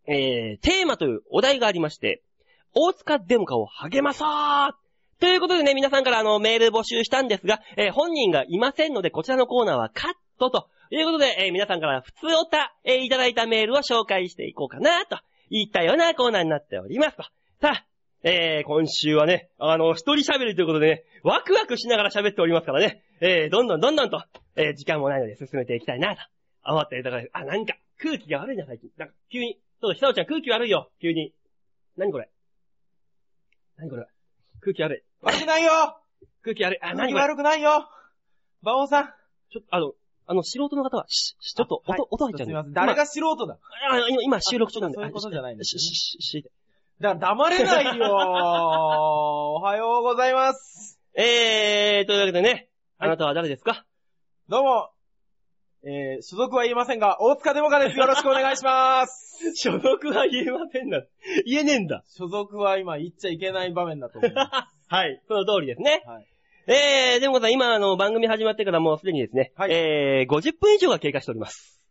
A: えーテーマというお題がありまして、大塚デモカを励まそうということでね、皆さんからあの、メール募集したんですが、えー本人がいませんので、こちらのコーナーはカットということで、えー皆さんから普通おた、えーいただいたメールを紹介していこうかな、といったようなコーナーになっておりますと。さあ、えー、今週はね、あの、一人喋りということでね、ワクワクしながら喋っておりますからね、えー、どんどんどんどんと、えー、時間もないので進めていきたいな、と思っていたから、あ、なんか、空気が悪いな、最近。なんか、急に、ちょっと、ひさおちゃん空気悪いよ、急に。何これ何これ空気悪い。
C: 悪くないよ
A: 空気悪い。あ、何
C: 何
A: これ
C: 悪くないよ馬王さん。
A: ちょっと、あの、あの、素人の方は、シッシッちょっと音、
C: はい
A: 音入っちゃう
C: す
A: んで
C: みません。誰が素人だ
A: ああ今、今収録中なんで。
C: そういうことじゃないんですね
A: シッシッシッシッ
C: だから黙れな いよおはようございます。
A: えー、というわけでね、あなたは誰ですか
C: どうも。えー、所属は言いませんが、大塚デモカです。よろしくお願いします。
A: 所属は言えませんな。言えねえんだ。
C: 所属は今言っちゃいけない場面だと思いま
A: はい。その通りですね。
C: す。はい。
A: えー、でもさん、今、あの、番組始まってからもうすでにですね、
C: はい
A: えー、50分以上が経過しております。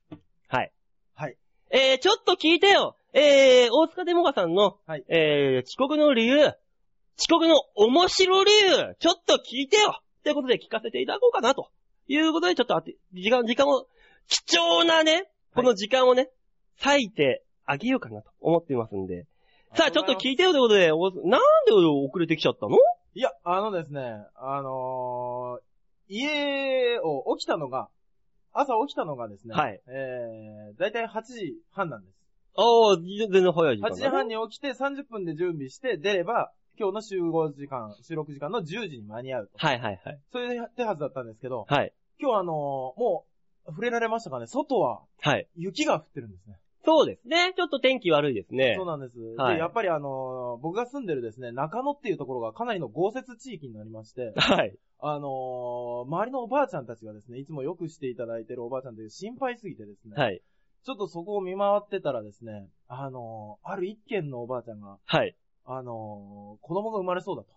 A: はい。
C: はい。
A: えー、ちょっと聞いてよえー、大塚デモカさんの、
C: はい
A: えー、遅刻の理由、遅刻の面白理由、ちょっと聞いてよということで聞かせていただこうかな、ということで、ちょっとあて、時間、時間を、貴重なね、この時間をね、割いてあげようかなと思っていますんで。 さあ、ちょっと聞いてよということで、おなんで遅れてきちゃったの
C: いや、あのですね、あのー、家を起きたのが、朝起きたのがですね、
A: はい。
C: えー、だいたい8時半なんです。
A: ああ、全然早い時間だ
C: 8
A: ね。
C: 時半に起きて30分で準備して出れば、今日の集合時間、収録時間の10時に間に合うと。
A: はいはいはい。
C: それでやってはずだったんですけど、
A: はい。
C: 今日あのー、もう、触れられましたかね、外は
A: はい。
C: 雪が降ってるんですね。
A: そうですね。ちょっと天気悪いですね
C: そう。なんです。
A: はい
C: で、やっぱりあのー、僕が住んでるですね、中野っていうところがかなりの豪雪地域になりまして、
A: はい。
C: あのー、周りのおばあちゃんたちがですね、いつもよくしていただいてるおばあちゃんという心配すぎてですね、
A: はい。
C: ちょっとそこを見回ってたらですね、あのー、ある一軒のおばあちゃんが、
A: はい。
C: あのー、子供が生まれそうだと。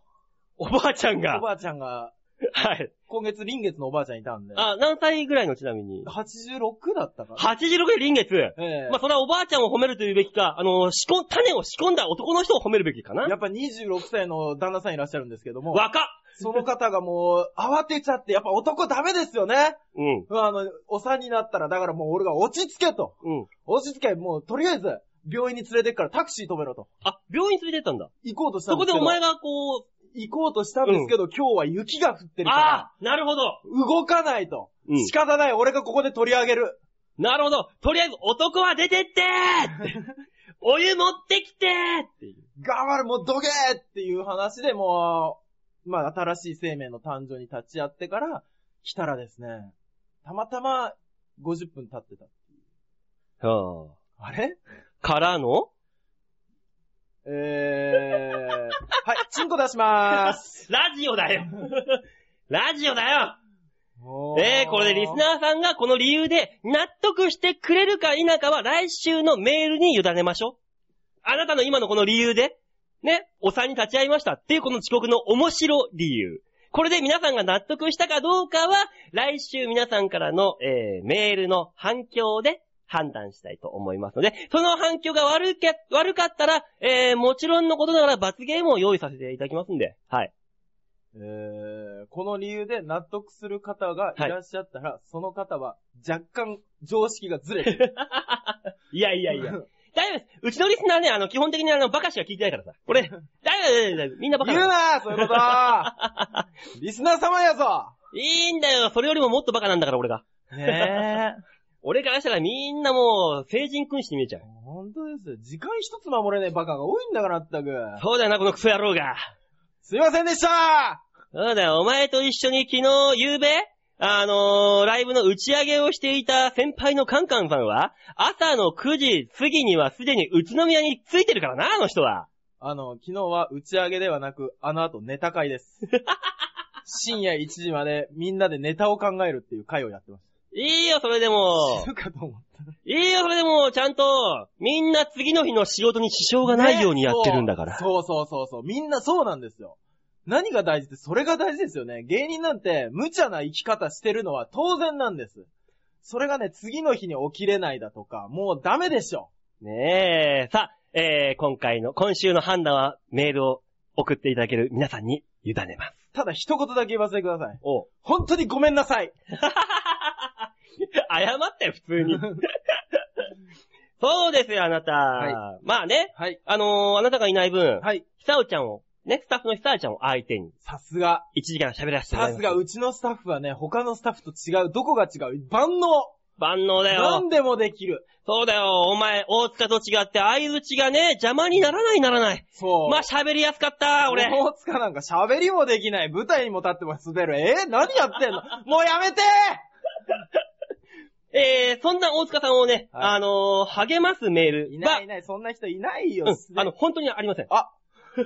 A: おばあちゃん
C: お
A: が。
C: ばあちゃんが、
A: はい。
C: 今月臨月のおばあちゃんいたんで、
A: あ、何歳ぐらいのちなみに。
C: 86だったかな。
A: 86で臨月。
C: ええ
A: まあ、それはおばあちゃんを褒めるというべきか、あの、仕込ん、種を仕込んだ男の人を褒めるべきかな。
C: やっぱ26歳の旦那さんいらっしゃるんですけども、
A: 若っ
C: その方がもう、慌てちゃって、やっぱ男ダメですよね。
A: うん。
C: あの、お産になったら、だからもう俺が落ち着けと。
A: うん。
C: 落ち着け、もうとりあえず、病院に連れてくからタクシー止めろと。
A: あ、病院連れてったんだ。
C: 行こうとした
A: そ
C: んで
A: こで
C: すけど。
A: お前がこ
C: 行こうとしたんですけど、今日は雪が降って
A: う、
C: るから、
A: ああ、なるほど。
C: 動かないと。
A: うん
C: 仕方ない、俺がここで取り上げる。
A: なるほど。とりあえず男は出てってー ってお湯持ってきてーっていう。
C: 頑張れ、もうどけーっていう話でもう、まあ、新しい生命の誕生に立ち会ってから、来たらですね、たまたま50分経ってた。
A: は
C: あれ
A: あ。からの
C: えー、はい、チンコ出しまーす。
A: ラジオだよラジオだよ
C: え
A: ね え、これでリスナーさんがこの理由で納得してくれるか否かは来週のメールに委ねましょう。あなたの今のこの理由で、ね、お産に立ち会いましたっていうこの遅刻の面白理由。これで皆さんが納得したかどうかは、来週皆さんからの、えーメールの反響で判断したいと思いますので、その反響が悪け、悪かったら、えー、もちろんのことながら罰ゲームを用意させていただきますんで、はい。
C: えー、この理由で納得する方がいらっしゃったら、その方は若干常識がずれて る。
A: いやいやいや。大丈夫です。うちのリスナーね、あの、基本的にあの、バカしか聞いてないからさ。これ、大丈夫大丈夫大丈夫みんなバカ
C: 言う
A: だ。
C: なそうい うことリスナー様やぞ
A: いいんだよ。それよりももっとバカなんだから、俺が。
C: ねえ。
A: 俺からしたらみんなもう、成人君子に見えちゃう。
C: 本当ですよ。時間一つ守れないバカが多いんだから、まったく。
A: そうだよな、このクソ野郎が。
C: すいませんでした
A: そうだよ、お前と一緒に昨日、夕べあのー、ライブの打ち上げをしていた先輩のカンカンさんは、朝の9時過ぎにはすでに宇都宮に着いてるからな、あの人は。
C: あの、昨日は打ち上げではなく、あの後ネタ会 です。深夜1時までみんなでネタを考えるっていう会をやってまし
A: いいよ、それでも
C: た。。 知るかと思った。
A: いいよ、それでも、ちゃんと、みんな次の日の仕事に支障がないようにやってるんだから。
C: ねそうそうそうそうそう。みんなそうなんですよ。何が大事って、それが大事ですよね。芸人なんて、無茶な生き方してるのは当然なんです。それがね、次の日に起きれないだとか、もうダメでしょ。
A: ねえ。さあ、えー、今回の、今週の判断はメールを送っていただける皆さんに委ねます。
C: ただ一言だけ言わせてください。
A: おう
C: 本当にごめんなさい。
A: 謝ったよ、普通 に。そうですよ、あなた。
C: は
A: まあね、
C: はい。
A: あのー、あなたがいない分、
C: はい。
A: ひさおちゃんを、ね、スタッフのひさおちゃんを相手に、
C: さすが。
A: 1時間喋らせてもらいま
C: さ
A: すす。
C: が、うちのスタッフはね、他のスタッフと違う。どこが違う万能
A: 万能だよ。
C: 何でもできる。
A: そうだよ、お前、大塚と違って、相打ちがね、邪魔にならないならない。
C: そう。
A: まあ、喋りやすかった、俺。
C: 大塚なんか喋りもできない。舞台にも立っても滑る。えー何やってんの もうやめて
A: えー、そんな大塚さんをね、
C: はい
A: あのー、励ますメール
C: い
A: は
C: ないいない、そんな人いないよ。
A: うん、あの、本当にありません。
C: あ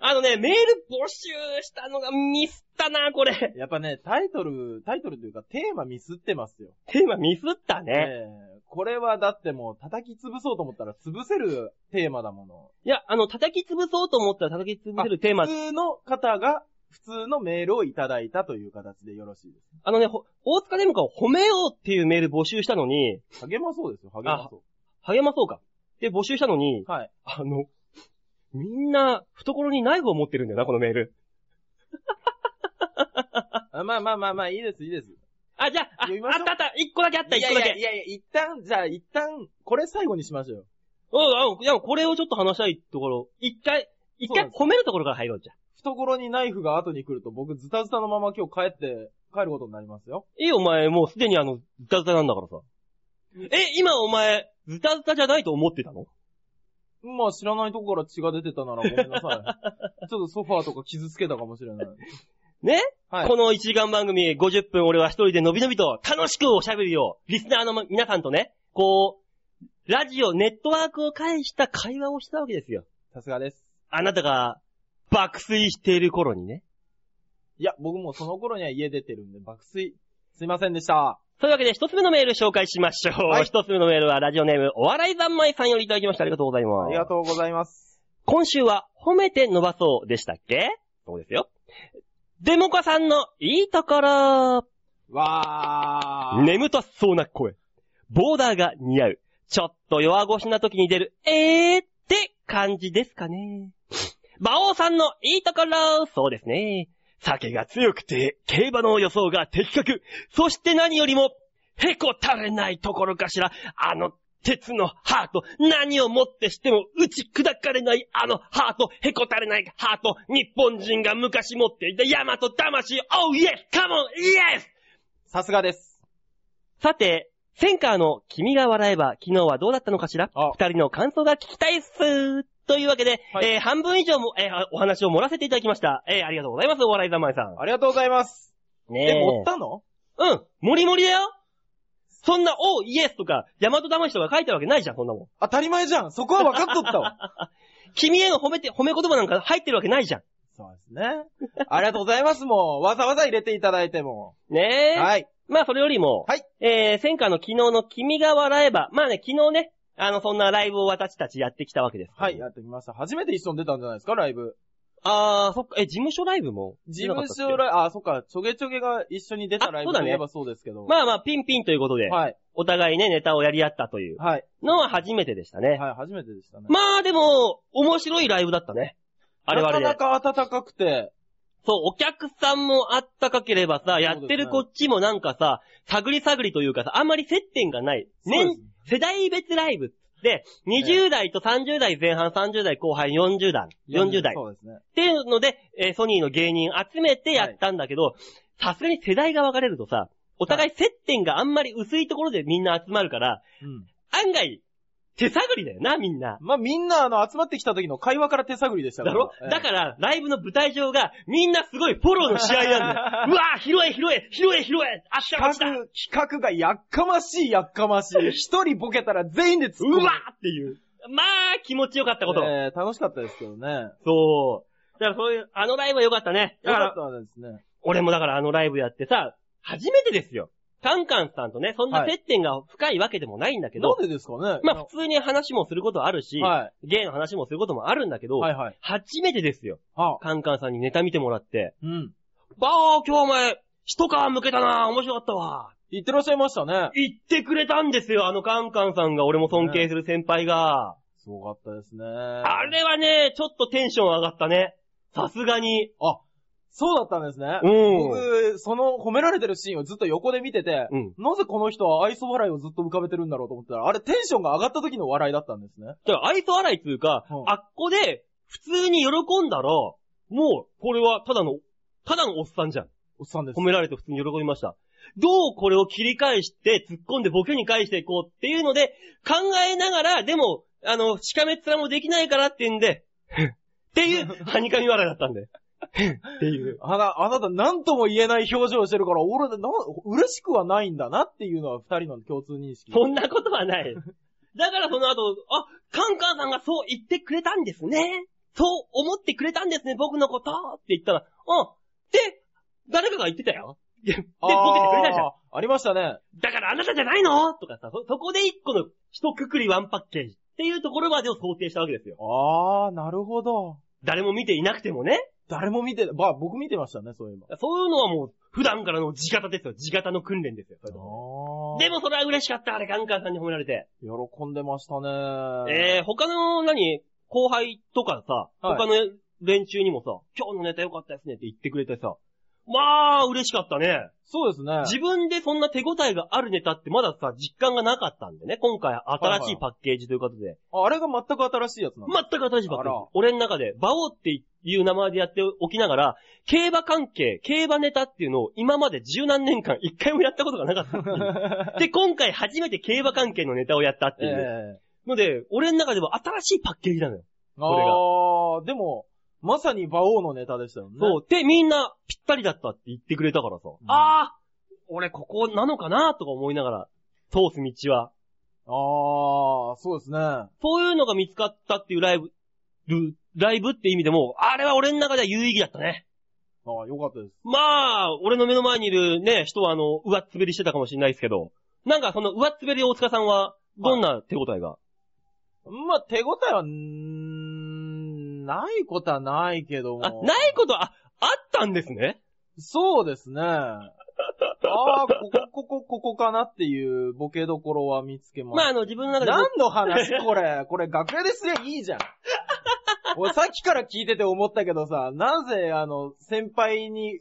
A: あのね、メール募集したのがミスったな、これ。
C: やっぱね、タイトル、タイトルというかテーマミスってますよ。
A: テーマミスった
C: え
A: ね。
C: えこれはだってもう叩き潰そうと思ったら潰せるテーマだもの。
A: いや、あの、叩き潰そうと思ったら叩き潰せるテーマ
C: 普。通の方が、普通のメールをいただいたという形でよろしいで
A: あのね、ほ大塚デムカを褒めようっていうメール募集したのに、
C: す。励まそうですよ、励まそ
A: 励まそうか。で、募集したのに、
C: う。はい。
A: あの、みんな、懐にナイフを持ってるんだよな、このメール。
C: あまあまあまあまあ、いいです、いいです。
A: あ、じゃあ、ああっ
C: 読みましょう
A: たあった、一個だけあった、
C: い
A: 一
C: や
A: 個
C: い
A: だけ。
C: やいやいや、一旦、じゃあ一旦、これ最後にしましょうよ。
A: うん、うん、いや、これをちょっと話したいところ。一回、一回
C: そうなんで
A: 褒めるところから入ろうじゃん。
C: 懐にナイフが後に来ると僕ズタズタのまま今日帰って、帰ることになりますよ。
A: いいよ、お前、もうすでにあの、ズタズタなんだからさ。え、今お前、ズタズタじゃないと思ってたの
C: まあ知らないとこから血が出てたならごめんなさい。ち ょっとソファーとか傷つけたかもしれない。
A: ね、
C: はい
A: この1時間番組50分俺は一人でのびのびと楽しくおしゃべりを、リスナーの皆さんとね、こう、ラジオ、ネットワークを介した会話をしたわけですよ。
C: さすがです。
A: あなたが爆睡している頃にね。
C: いや、僕もうその頃には家出てるんで爆睡。すいませんでした。
A: というわけで、一つ目のメール紹介しましょう。
C: はい
A: 一つ目のメールは、ラジオネーム、お笑い三昧さんよりいただきました。ありがとうございます。
C: ありがとうございます。
A: 今週は、褒めて伸ばそうでしたっけそうですよ。デモカさんのいいところ。
C: わー。
A: 眠たそうな声。ボーダーが似合う。ちょっと弱腰な時に出る、えーって感じですかね。馬王さんのいいところ、そうですね。酒が強くて、競馬の予想が的確。そして何よりも、へこたれないところかしら。あの、鉄のハート。何をもってしても打ち砕かれないあのハート。へこたれないハート。日本人が昔持っていた大和魂。Oh yes! Come on! Yes!
C: さすがです。
A: さて、センカーの君が笑えば昨日はどうだったのかしら
C: あ
A: 二人の感想が聞きたいっす。というわけで、
C: はい
A: えー半分以上も、えーあお話を盛らせていただきました。えーありがとうございます、お笑いざまいさん。
C: ありがとうございます。え、持
A: ね
C: ったの
A: え。うん、もりもりだよそんな、おう、イエスとか、ヤマト魂とか書いてるわけないじゃん、そんなもん。
C: 当たり前じゃん。そこは分かっとったわ。
A: 君への褒めて、褒め言葉なんか入ってるわけないじゃ
C: そうですね。 ありがとうございます、もう。わざわざ入れていただいても。
A: ん。ねえ。
C: はい。
A: まあ、それよりも、
C: はい
A: えー、センカーの昨日の君が笑えば、まあね、昨日ね、あの、そんなライブを私たちやってきたわけです。
C: はい、やってきました。初めて一緒に出たんじゃないですか、ライブ。
A: あー、そっか、え、事務所ライブも
C: 事務
A: イ
C: 所ライブ、あ、そっか、ちょげちょげが一緒に出たライ
A: あ
C: ブ
A: そうだ
C: と
A: ね
C: いえばそうですけど。
A: ブまあまあ、ピンピンということで、
C: はい。
A: お互いね、ネタをやり合ったという
C: はい。
A: のは初めてでしたね。
C: はい、初めてでしたね。
A: まあでも、面白いライブだったね。あれはあれで。
C: なかなか暖かくて、
A: そう、お客さんもあったかければさ、やってるこっちもなんかさ、探り探りというかさ、あんまり接点がない。
C: そうで
A: 年
C: す、
A: 世代別ライブで、20代と30代前半、30代後半、40代、40代。
C: そうですね。
A: っていうので、えーソニーの芸人集めてやったんだけど、さすがに世代が分かれるとさ、お互い接点があんまり薄いところでみんな集まるから、
C: うん。
A: 案外、手探りだよな、みんな。
C: まあ、みんな、あの、集まってきた時の会話から手探りでしたか
A: だ
C: ら。
A: ろ、
C: ええ
A: だから、ライブの舞台上が、みんなすごいフォローの試合 なんだよ。うわぁ、広い広い広い広いあっちだあっちだうわ
C: 企画、企画がやっかましいやっかましい。一人ボケたら全員で突っ込む。
A: ぁっていう。まあ、気持ちよかったこと。
C: えー楽しかったですけどね。よ
A: そう。だからそういう、あのライブは良かったね。だか
C: からっ、たですね。
A: 俺もだからあのライブやってさ、初めてですよ。カンカンさんとね、そんな
C: はい
A: 接点が深いわけでもないんだけど、
C: なんでですかね
A: まあ普通に話もすることあるし、
C: は
A: 芸の話もすることもあるんだけど、
C: い。はいはい。
A: 初めてですよ。
C: あ、
A: カンカンさんにネタ見てもらって、
C: うん。
A: ばあ、今日お前、一皮向けたな面白かったわ。
C: 言ってらっしゃいましたね。
A: 言ってくれたんですよ、あのカンカンさんが、俺も尊敬する先輩が。
C: すごかったですね。
A: あ
C: あ
A: れはね、ちょっとテンション上がったね。さすがに。
C: あ、そうだったんですね。
A: うん。
C: 僕、その褒められてるシーンをずっと横で見てて、
A: うん。
C: なぜこの人は愛想笑いをずっと浮かべてるんだろうと思ったら、あれテンションが上がった時の笑いだったんですね。
A: だから愛想笑いというか、
C: うん
A: あっこで、普通に喜んだら、もう、これはただの、ただのおっさんじゃん。
C: おっさんです
A: 褒。められて普通に喜びました。どうこれを切り返して、突っ込んでボケに返していこうっていうので、考えながら、でも、あの、しかめっ面もできないからっていうんで、 っていう、はにかみ笑いだったんで。っていう。
C: あな、あなた何とも言えない表情をしてるから、俺、な、嬉しくはないんだなっていうのは二人の共通認 識。
A: そんなことはない。だからその後、あ、カンカンさんがそう言ってくれたんですね。そう思ってくれたんですね、僕のことって言ったら、うん。で、誰かが言ってたよ。で、でボケてくれたじゃん。
C: あーありましたね。
A: だからあなたじゃないのとかさ、そ、そこで一個の一括りワンパッケージっていうところまでを想定したわけですよ。
C: あー、なるほど。
A: 誰も見ていなくてもね。
C: 誰も見て、まあ僕見てましたね、そういえば。
A: そういうのはもう普段からの地方ですよ。地方の訓練ですよ。それとも
C: あ
A: でもそれは嬉しかった。あれ、ガンカンさんに褒められて。
C: も、喜んでましたね。
A: えー、他の何、後輩とかさ、
C: はい
A: 他の連中にもさ、今日のネタ良かったですねって言ってくれてさ、まあ、嬉しかったね。
C: そうですね。
A: 自分でそんな手応えがあるネタってまださ、実感がなかったんでね。今回新しいパッケージということで。
C: ああれが全く新しいやつなんだ。
A: 全く新しいばっかり
C: あら。
A: 俺の中で、馬王っていう名前でやっておきながら、競馬関係、競馬ネタっていうのを今まで十何年間一回もやったことがなかったっていう。で、今回初めて競馬関係のネタをやったっていう。
C: ええ
A: ので、俺の中では新しいパッケージなのよ。れが
C: あー、でも、まさに馬王のネタでしたよね。
A: そう。で、みんなぴったりだったって言ってくれたからさ。
C: ん
A: ああ俺ここなのかなとか思いながら、通す道は。
C: あー、そうですね。
A: そういうのが見つかったっていうライブ、ルライブって意味でも、あれは俺の中では有意義だったね。
C: ああ、よかったです。
A: まあ、俺の目の前にいるね、人はあの、上っ滑りしてたかもしれないですけど、なんかその上っ滑り大塚さんは、どんな手応えが、
C: まあ、手応えは、うーんないことはないけども。
A: あ、ないことは、あ、あったんですね
C: そうですね。ああ、ここ、ここ、ここかなっていうボケどころは見つけ ま
A: まあ
C: し
A: あの、自分の中
C: た。
A: で、
C: 何の話これ これ楽屋ですよ、いいじゃん。 俺さっきから聞いてて思ったけどさ、なぜあの、先輩に、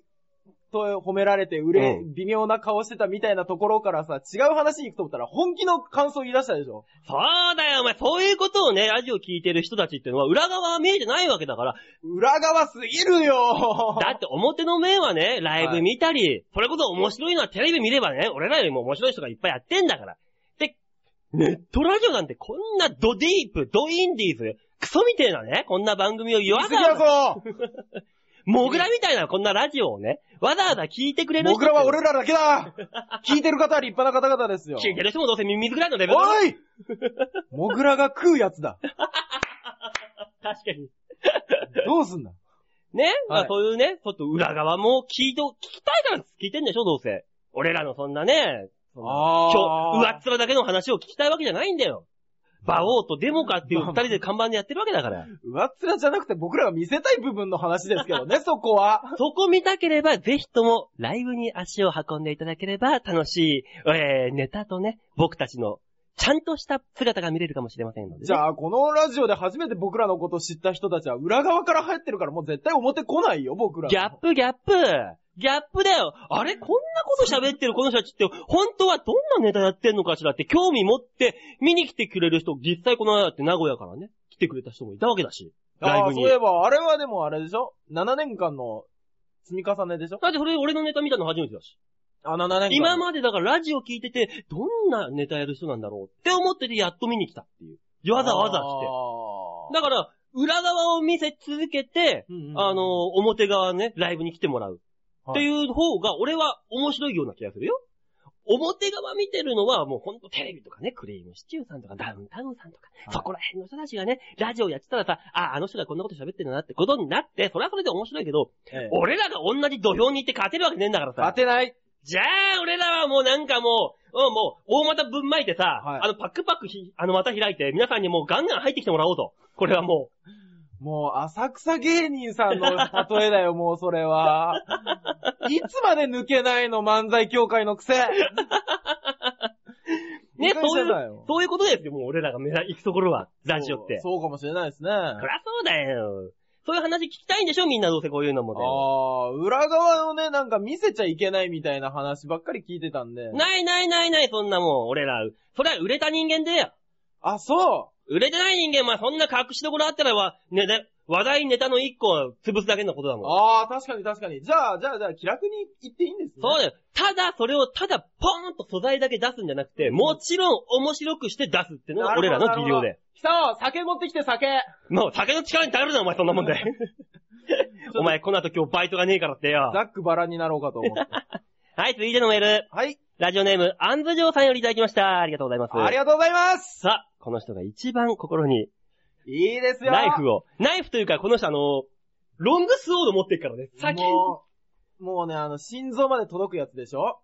C: と褒められて、うれ、
A: う
C: 微妙な顔してたみたいなところからさ、違う話に行くと思ったら本気の感想言い出したでしょ
A: そうだよ、お前、そういうことをね、ラジオ聞いてる人たちってのは、裏側は見えてないわけだから、
C: 裏側すぎるよ
A: だって表の面はね、ライブ見たり、それこそ面白いのはテレビ見ればね、俺らよりも面白い人がいっぱいやってんだから。で、ネットラジオなんてこんなドディープ、ドインディーズ、クソみてえなね、こんな番組を言わ
C: す
A: ざ
C: ぎや
A: わざ、
C: ぞ
A: モグラみたいなこんなラジオをね、わざわざ聞いてくれる人。
C: 僕らは俺らだ けだ聞いてる方は立派な方々ですよ。
A: 聞いてる人もどうせミミズぐらいのレベルだろ
C: おいモグラが食うやつだ。
A: 確かに。
C: どうすんだ
A: ね、ま
C: は
A: あ
C: い
A: そういうね、ちょっと裏側も聞いと、聞きたいから聞いてんでしょ、どうせ。俺らのそんなね、
C: あ
A: 今日、上っ面だけの話を聞きたいわけじゃないんだよ。馬王とデモカっていう二人で看板でやってるわけだから。
C: 上っ面じゃなくて僕らが見せたい部分の話ですけどね、そこは。
A: そこ見たければ、ぜひともライブに足を運んでいただければ、楽しい、えー、ネタとね、僕たちの、ちゃんとした姿が見れるかもしれませんので、ね。
C: じゃあ、このラジオで初めて僕らのことを知った人たちは裏側から入ってるからもう絶対表来ないよ、僕ら。
A: ギャップギャップギャップだよあれこんなこと喋ってるこの人たちって、本当はどんなネタやってんのかしらって興味持って、見に来てくれる人、実際この間だって名古屋からね、来てくれた人もいたわけだし。ライ
C: あ
A: ブ
C: あ、
A: に
C: そういえば、あれはでもあれでしょ ?7 年間の積み重ねでしょ
A: だってそれ俺のネタ見たの初めてだし。
C: あ、7年間。
A: 今までだからラジオ聞いてて、どんなネタやる人なんだろうって思っててやっと見に来たっていう。わざわざ来て。だから、裏側を見せ続けて、
C: 来
A: あ、の、表側ね、ライブに来てもらう。っ
C: はい
A: ていう方が、俺は面白いような気がするよ。表側見てるのは、もうほんとテレビとかね、クリームシチューさんとか、ダウンタウンさんとか、
B: はい
A: そこら辺の人たちがね、ラジオやってたらさ、ああ、あの人がこんなこと喋ってるなってことになって、それはそれで面白いけど、
C: ええ
A: 俺らが同じ土俵に行って勝てるわけねえんだから
C: 当
A: さ。
C: てない。
A: じゃあ、俺らはもうなんかもう、うん、もう、大股ぶんまいてさ、
C: はい
A: あの、パックパックひ、あの、股開いて、皆さんにもうガンガン入ってきてもらおうと。これはもう、
C: もう、浅草芸人さんの例えだよ、もうそれは。 いつまで抜けないの、漫才協会の 癖。
A: ね、そういう
C: う
A: そういうことですよ、もう俺らが目指行くところは、ラジオって。
C: そうかもしれないですね。
A: そりゃそうだよ。そういう話聞きたいんでしょみんなどうせこういうのもね。
C: ああ、裏側のね、なんか見せちゃいけないみたいな話ばっかり聞いてたんで。
A: ないないないない、そんなもん、俺ら。それは売れた人間だよ。
C: あ、そ
A: 売れてない人間、まあそんな隠しどころあったらは、ね、ね、話題ネタの一個を潰すだけのことだ
C: う。
A: もん。
C: ああ、確かに確かに。じゃあ、じゃあ、じゃあ、気楽に言っていいんですね。
A: そうだよ。ただ、それをただ、ポーンと素材だけ出すんじゃなくて、もちろん面白くして出すっての
C: な
A: が
C: るほど
A: 俺らの技量で。
C: 貴様、酒持ってきて酒
A: もう酒の力に頼るな、お前そんな もんで。 お前、この後今日バイトがねえからってよ
C: ザ。ックバラになろうかと 思って。
A: はい、続いてのメール。
C: はい。
A: ラジオネーム、アンズジョーさんよりいただきました。ありがとうございます。
C: ありがとうございます
A: さあ、この人が一番心に
C: いいですよ
A: ナイフを。ナイフというか、この人あの、ロングスオード持ってるからね。先も
C: もう、もうね、あの、心臓まで届くやつでしょ
A: う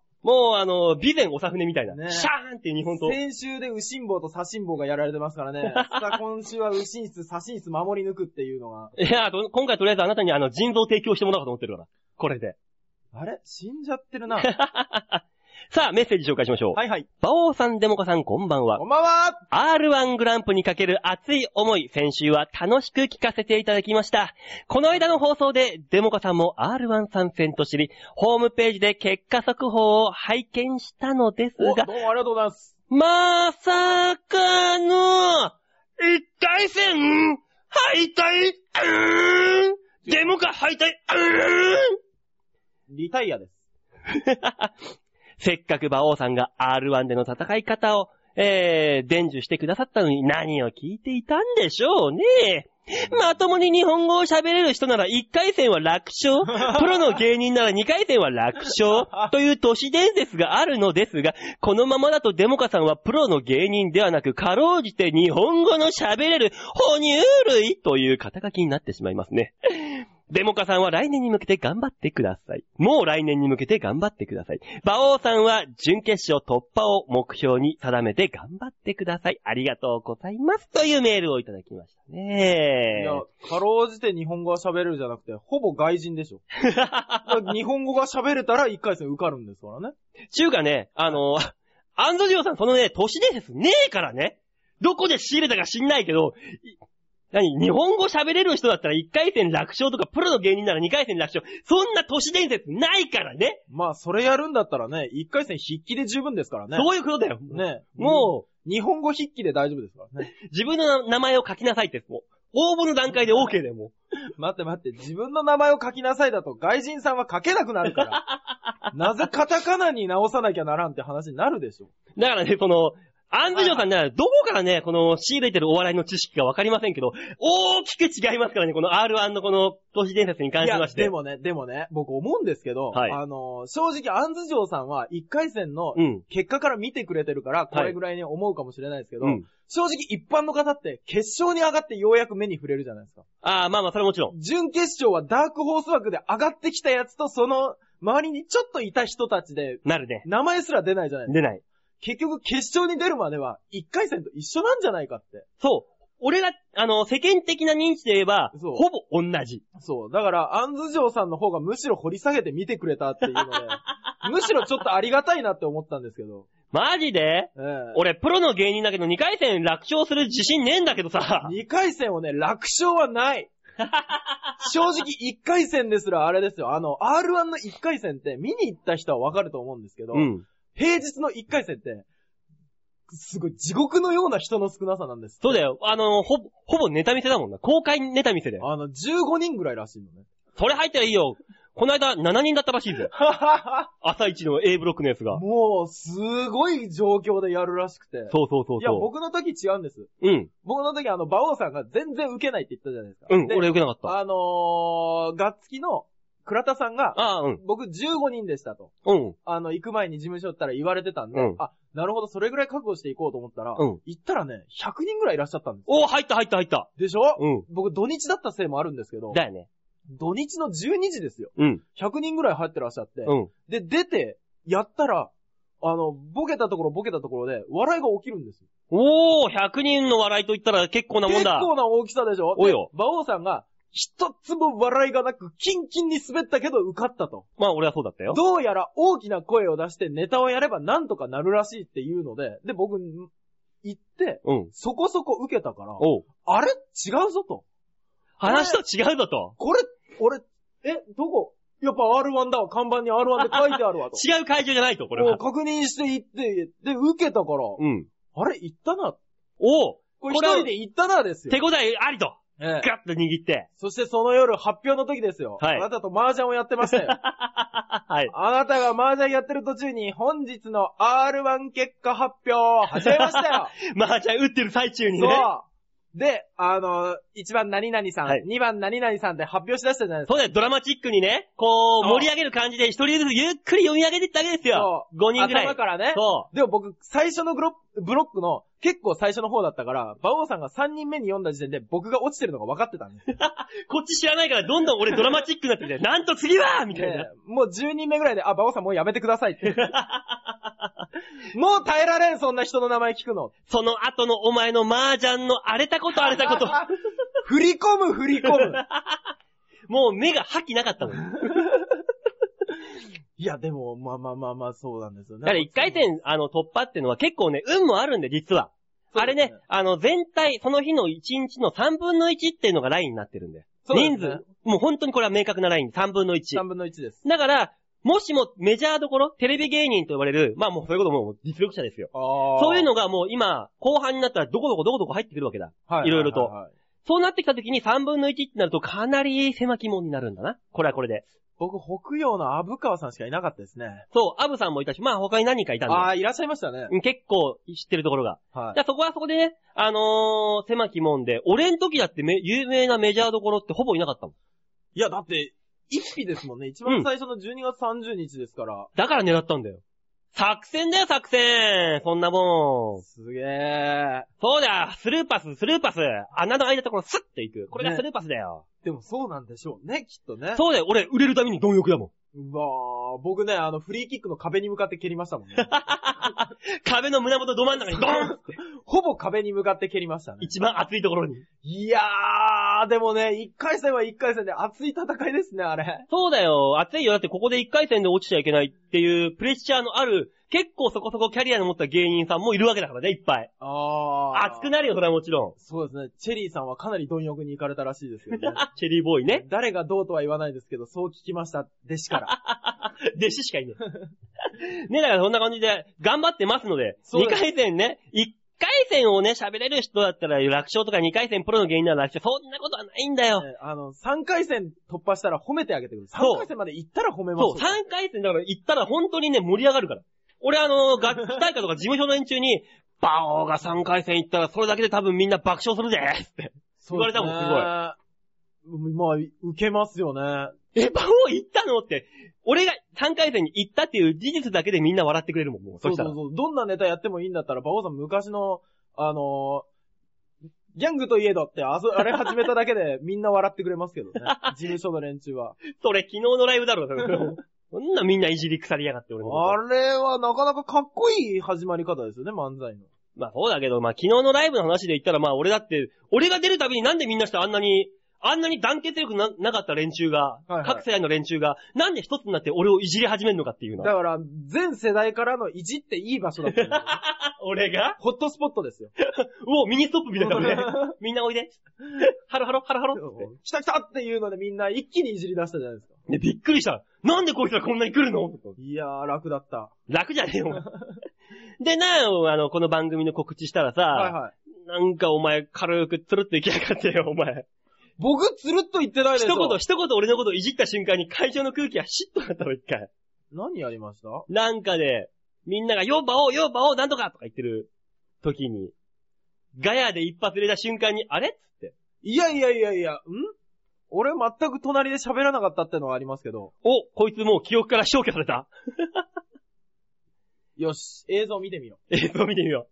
A: あの、備前おさふねみたいな。
C: ね
A: シャーンっていう日本刀。
C: 先週で右心房と左心房がやられてますか らね。さあ、今週は右心室、左心室守り抜くっていうのが。
A: いや、と今回とりあえずあなたにあの、腎臓を提供してもらおうかと思ってるから。これで。
C: あれ死んじゃって るな。
A: さあ、メッセージ紹介しましょう。
C: はいはい。
A: バオさん、デモカさん、こんばんは
C: こ。んばんは
A: R1 グランプにかける熱い思い、先週は楽しく聞かせていただきました。この間の放送で、デモカさんも R1 参戦と知り、ホームページで結果速報を拝見したのです
C: おど
A: が
C: う、もありがとうございます。
A: まさかの、一回戦、敗退、うーん、デモカ敗退、うーん。
C: リタイアです。
A: せっかく馬王さんが R1 での戦い方を、えー、伝授してくださったのに何を聞いていたんでしょうね。まともに日本語を喋れる人なら1回戦は楽勝、プロの芸人なら2回戦は楽勝、という都市伝説があるのですが、このままだとデモカさんはプロの芸人ではなく、かろうじて日本語の喋れる哺乳類という肩書きになってしまいますね。デモカさんは来年に向けて頑張ってください。もう来年に向けて頑張ってください。馬王さんは準決勝突破を目標に定めて頑張ってください。ありがとうございます。というメールをいただきました
C: い
A: ね
C: や。、かろうじて日本語は喋れるじゃなくて、ほぼ外人 でしょ。だから日本語が喋れたら一回戦受かるんですからね。
A: ちゅうかね、あの、 アンドジオさんそのね、都市伝説ねえからね。どこで仕入れたか知んないけど、い何日本語喋れる人だったら1回戦楽勝とか、プロの芸人なら2回戦楽勝。そんな都市伝説ないからね。
C: まあ、それやるんだったらね、一回戦筆記で十分ですからね。
A: そういうことだよ。
C: ね。
A: もう、
C: 日本語筆記で大丈夫ですからね。
A: 自分の名前を書きなさいって、もう。応募の段階で OK だよ、も
C: 待って待って、自分の名前を書きなさいだと外人さんは書けなくなるから。 なぜカタカナに直さなきゃならんって話になるでしょ。
A: う。だからね、その、アンズジョーさんなら、どこからね、この、仕入れてるお笑いの知識かわかりませんけど、大きく違いますからね、この R1 のこの、都市伝説に関
C: い
A: し
C: や
A: ま、して。
C: でもね、でもね、僕思うんですけど、
A: はい
C: あのー、正直、アンズ城さんは一回戦の
A: うん。
C: 結果から見てくれてるから、これぐらいに思うかもしれないですけど、
A: うん。
C: 正直一般の方って決勝に上がってようやく目に触れるじゃないですか。
A: ああ、まあまあ、それはもちろん。
C: 準決勝はダークホース枠で上がってきたやつと、その周りにちょっといた人たちで、
A: なるね。
C: 名前すら出ないじゃないですか
A: 出ない。
C: 結局決勝に出るまでは1回戦と一緒なんじゃないかって。
A: そう。俺が、あの、世間的な認知で言えば、
C: そう
A: ほぼ同じ。
C: そう。だから、アンズ城さんの方がむしろ掘り下げて見てくれたってい うので、むしろちょっとありがたいなって思ったんですけど。
A: マジで
C: ええ
A: 俺、プロの芸人だけど2回戦楽勝する自信ねえんだけどさ。
C: 2回戦をね、楽勝はない。正直1回戦ですらあれですよ。あの、R1 の1回戦って見に行った人はわかると思うんですけど、
A: うん。
C: 平日の1回戦って、すごい地獄のような人の少なさなんです。
A: そうだよ。あの、ほぼ、ほぼネタ見せだもんな。公開ネタ見せで。
C: あの、15人ぐらいらしい のね。
A: それ入ったらいいよ。この間7人だったらしいぜ。朝一の A ブロックのやつが。
C: もう、すごい状況でやるらしくて。
A: そうそうそうそう。
C: いや、僕の時違うんです。
A: うん。
C: 僕の時あの、馬王さんが全然受けないって言ったじゃないですか。
A: うん、
C: で
A: 俺受けなかった。
C: あのー、ガッツキの倉田さんが、
A: ああ、うん。
C: 僕15人でしたと。
A: うん。
C: あの、行く前に事務所行ったら言われてたんで、
A: うん
C: あ、なるほど、それぐらい覚悟していこうと思ったら、
A: うん
C: 行ったらね、100人ぐらいいらっしゃったんです。
A: おー入った入った入った。
C: でしょ、
A: う
C: 僕土日だったせいもあるんですけど
A: ん。、だよね。
C: 土日の12時ですよ。
A: うん。
C: 100人ぐらい入ってらっしゃって、
A: うん。
C: で、出て、やったら、あの、ボケたところボケたところで、笑いが起きるんですよ。
A: おー、100人の笑いと言ったら結構なもん
C: 結
A: だ。
C: 構な大きさでしょ
A: およ
C: で馬王さんが、一つも笑いがなく、キンキンに滑ったけど受かったと。
A: まあ俺はそうだったよ。
C: どうやら大きな声を出してネタをやればなんとかなるらしいっていうので、で、僕、行って、
A: うん。
C: そこそこ受けたから、
A: おう。
C: あれ違うぞと。
A: 話と違うぞと。
C: これ、俺、え、どこやっぱ R1 だわ。看板に R1 って書いてある わと。
A: 違う会場じゃないと、これ
C: もう
A: は。
C: 確認して行って、で、受けたから、
A: うん。
C: あれ行ったな。
A: おう。
C: これ
A: こ
C: 一
A: れ
C: 人で行ったなですよ
A: 手。応えありと。
C: ええ
A: ガッと握って。
C: そしてその夜発表の時ですよ。
A: はい
C: あなたと麻雀をやってまし たよ。
A: はい。
C: あなたが麻雀やってる途中に本日の R1 結果発表始めましたよ。
A: まあじゃあ打ってる最中に ね。
C: そう。で、あの、1番何々さん、
A: はい
C: 2番何々さんで発表しだしたじゃないです
A: そうだよ、ドラマチックにね、こう、
C: そう
A: 盛り上げる感じで一人ずつゆっくり読み上げていったわけですよ
C: そ。
A: 5
C: か。
A: 人ぐら
C: 頭
A: い。
C: からね。
A: そ
C: でも僕、最初のグロブロックの、結構最初の方だったから、馬王さんが3人目に読んだ時点で僕が落ちてるのが分かってたんですよ。
A: う。こっち知らないからどんどん俺ドラマチックになってきて、なんと次はみたい
C: で
A: な。、
C: もう10人目ぐらいで、あ、馬王さんもうやめてくださいって。もう耐えられん、そんな人の名前聞くの。
A: その後のお前の麻雀の荒れたこと荒れた こと。
C: 振り込む、振り込む。
A: もう目が吐きなかったも ん。だ
C: いや、でも、まあまあまあまあ、そうなんですよね。
A: から一回戦、あの、突破っていうのは結構ね、運もあるんで、実は。
C: そう
A: あ
C: で
A: れ
C: すね
A: ね、あの、全体、その日の1日の3分の1っていうのがラインになってるんで。
C: そうですね
A: 人数、もう本当にこれは明確なライン、3分の1。
C: 3分の1です。
A: だから、もしもメジャーどころ、テレビ芸人と呼ばれる、まあもうそういうこともう実力者ですよ。
C: あ
A: そういう、のがもう今、後半になったらどこどこどこどこ入ってくるわけだ。いろいろと
C: ははは
A: そうなってきた時に3分の1ってなるとかなり狭き門になるんだな。これはこれで。
C: 僕、北洋の虻川さんしかいなかったですね。
A: そう、アブさんもいたし、まあ他に何人かいたん
C: あ
A: だ
C: あ、いらっしゃいましたね。
A: よ。結構知ってるところが。
C: は
A: じゃあそこはそこでね、あのー、狭き門で、俺の時だってめ有名なメジャーどころってほぼいなかったもん。
C: い。いや、だって、一日ですもんね。一
A: うん
C: 番最初の12月30日ですから。
A: だから狙ったんだよ。作戦だよ、作戦そんなもん。
C: すげえ。
A: そうだスルーパス、スルーパス穴の開いたところスッていく。これが
C: ね
A: スルーパスだよ。
C: でもそうなんでしょうね、きっとね。
A: そうだよ、俺、売れるために貪欲だもん。
C: うわー僕ね、あの、フリーキックの壁に向かって蹴りましたもんね。
A: 壁の胸元ど真ん中 にドーンって、
C: ほぼ壁に向かって蹴りましたね。
A: 一番熱いところに。
C: いやー、でもね、一回戦は一回戦で熱い戦いですね、あれ。
A: そうだよ、熱いよ。だってここで一回戦で落ちちゃいけないっていうプレッシャーのある、結構そこそこキャリアの持った芸人さんもいるわけだからね、いっぱい。
C: あ
A: 熱くなるよ、それはもち ろ
C: そうですね。チェリーさんはかなり貪欲に行かれたらしいで すけどね。
A: ん。チェリーボーイね。
C: 誰がどうとは言わないですけど、そう聞きました。弟 子から。
A: 弟子しかいない。 ね、だからそんな感じで、頑張ってますので、
C: そう
A: 2
C: です
A: 回戦ね、1回戦をね、喋れる人だったら楽勝とか2回戦プロの芸人なら楽勝、そんなことはないんだよ。
C: ねあの、3回戦突破したら褒めてあげてください。
A: そう
C: 3回戦まで行ったら褒めま
A: そう、
C: す。
A: 3回戦だから行ったら本当にね、盛り上がるから。俺あの、楽 器大会とか事務所の連中に、バオが3回戦行ったらそれだけで多分みんな爆笑するぜって。
C: そ
A: 言われたもん
C: ごい。まあ、受けますよね。
A: え、バオ行ったのって、俺が3回戦に行ったっていう事実だけでみんな笑ってくれるもん、もう。そ
C: そう
A: した
C: そ
A: ら
C: う。そう。どんなネタやってもいいんだったら、馬王さん昔の、あのーギャングといえどって、あそ、あれ始めた だけでみんな笑ってくれますけどね。事務所の連中は。
A: それ昨日のライブだろ、それこんなみんないじり腐りやがって、俺のこと
C: あれはなかなかかっこいい始まり方ですよね、漫才の。
A: まあそうだけど、まあ昨日のライブの話で言ったら、まあ俺だって、俺が出るたびになんでみんなしてあんなに、あんなに団結力ななかった連中が、
C: いはい
A: 各世代の連中が、なんで一つになって俺をいじり始めるのかっていうの
C: だ。から、全世代からのいじっていい場所だった んですよ
A: 俺が
C: ホットスポットですよ。
A: おミニストップみたいな感じで。みんなおいで。ハロハロ、ハロハロっつって。
C: 来た来たっていうのでみんな一気にいじり出したじゃないですか。
A: ね、びっくりした。なんでこいつらこんなに来るの
C: いやー、楽だった。
A: 楽じゃねえよ、お前 で、なあ、あの、この番組の告知したらさ、
C: はいはい。
A: なんかお前軽くつるっといきやがってよ、お前。
C: 僕、つるっと言ってないで
A: 一
C: す
A: 言
C: よ。、
A: 一言俺のこといじった瞬間に会場の空気がシッとなったの、一回。
C: 何やりました
A: なんかで、みんなが、よばおう、よばおう、なんとかとか言ってる時に、ガヤで一発入れた瞬間に、あれっつって、
C: いやいやいやいや、ん俺全く隣で喋らなかったってのはありますけど。
A: お、こいつもう記憶から消去された。
C: よし、映像見てみよ
A: 映像見てみよ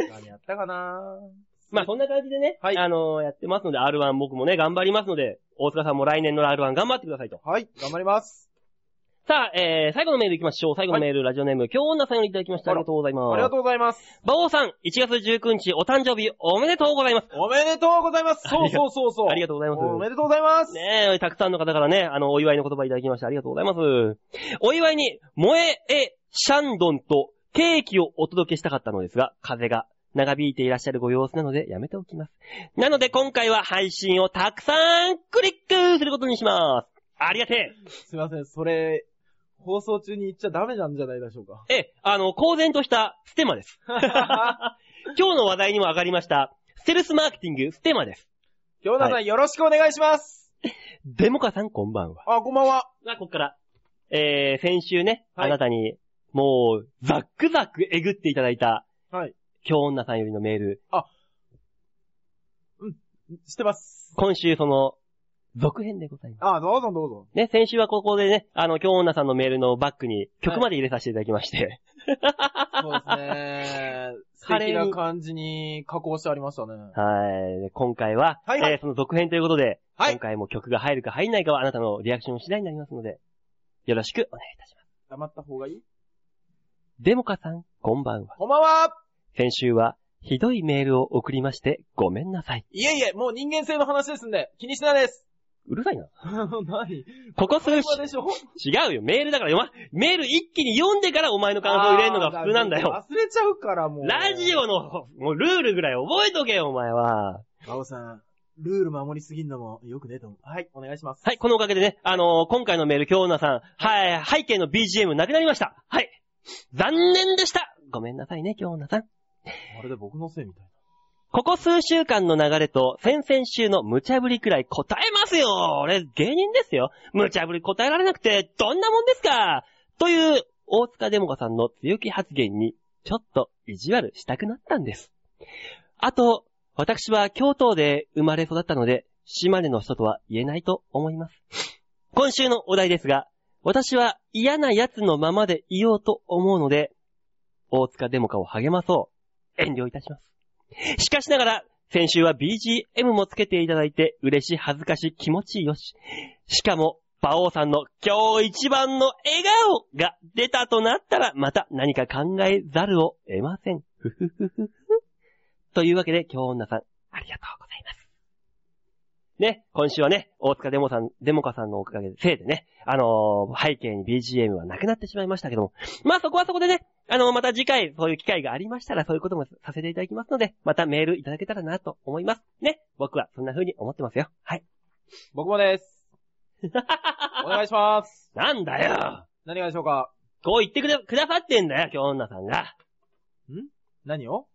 C: う。何やったかな
A: う。まあそんな感じでね、
C: はい
A: あのーやってますので、R1 僕もね、頑張りますので、大塚さんも来年の R1 頑張ってくださいと。
C: はい、頑張ります。
A: さあ、えー、最後のメール行きましょう。最後のメール、ラジオネーム、京女さんよりいただきました。あ
C: あ
A: り
C: ら
A: がとうございます。
C: ありがとうございます。
A: 馬王さん、1月19日、お誕生日、おめでとうございます。
C: おめでとうございます。そうそうそうそう。
A: ありがとうございます
C: おめでとうございます。
A: ねえ、たくさんの方からね、あの、お祝いの言葉いただきましてありがとうございます。お祝いに、萌え、え、シャンドンとケーキをお届けしたかったのですが、風が長引いていらっしゃるご様子なのでやめておきます。なので今回は配信をたくさんクリックすることにします。ありがて
C: すいません、それ、放送中に言っちゃダメなんじゃないでしょ うか。
A: え。え、あの、公然としたステマです。今日の話題にも上がりました、ステルスマーケティングステマです。
C: 京田さん、よろしくお願いします。
A: デモカさんこんばんは。
C: あ、こんばんは。
A: まあ、こっから。えー、先週ね、
C: はい
A: あなたに、もう、ざっくざっくえぐっていただいた、
C: はい。
A: 京女さんよりのメール。
C: 知ってます。
A: 今週、その、続編でございます。
C: あ、どうぞどうぞ。
A: ね、先週はここでね、あの、京女さんのメールのバックに曲まで入れさせていただきまして。
C: そうですね。 素
A: 華麗
C: 敵
A: に
C: な感じに加工してありましたね。
A: はい。で今回は、
C: はいはい
A: えーその続編ということで、
C: はい
A: 今回も曲が入るか入んないかはあなたのリアクション次第になりますので、よろしくお願いいたします。
C: 黙った方がいい
A: デモカさん、こんばんは。
C: こんばんは
A: 先週は、ひどいメールを送りまして、ごめんなさい。
C: いえいえ、もう人間性の話ですんで、気にしないです。
A: うるさいな。
C: 何
A: ここ数
C: 電
A: 週
C: 話でしょ
A: 違うよ。メールだから読ま、メール一気に読んでからお前の感想を入れるのが普通なんだよ。
C: あー。忘れちゃうからもう。
A: ラジオの、もうルールぐらい覚えとけよ、お前は。
C: バオさん、ルール守りすぎんのもよくねえと思う。はい、お願いします。
A: はい、このおかげでね、あのー今回のメール、京女さん、はい、背景の BGM なくなりました。はい。残念でした。ごめんなさいね、京女さん。
C: まるで僕のせいみたい
A: ここ数週間の流れと、先々週の無茶ぶりくらい答えますよ俺、芸人ですよ無茶ぶり答えられなくて、どんなもんですかという、大塚デモカさんの強気発言に、ちょっと意地悪したくなったんです。あと、私は京都で生まれ育ったので、島根の人とは言えないと思います。今週のお題ですが、私は嫌な奴のままでいようと思うので、大塚デモカを励まそう。遠慮いたします。しかしながら、先週は BGM もつけていただいて、嬉しい、恥ずかしい、気持ちよし。しかも、馬王さんの今日一番の笑顔が出たとなったら、また何か考えざるを得ません。ふふふふふ。というわけで、今日女さん、ありがとうございます。ね、今週はね、大塚デモさん、デモカさんのおかげで、せいでね、あのー背景に BGM はなくなってしまいましたけども、まあそこはそこでね、あの、また次回、そういう機会がありましたら、そういうこともさせていただきますので、またメールいただけたらなと思います。ね。僕はそんな風に思ってますよ。はい。
C: 僕もです。 お願いします。
A: なんだよ
C: 何がでしょうか
A: こう言ってくれ、くださってんだよ、今日女さんが。
C: 何を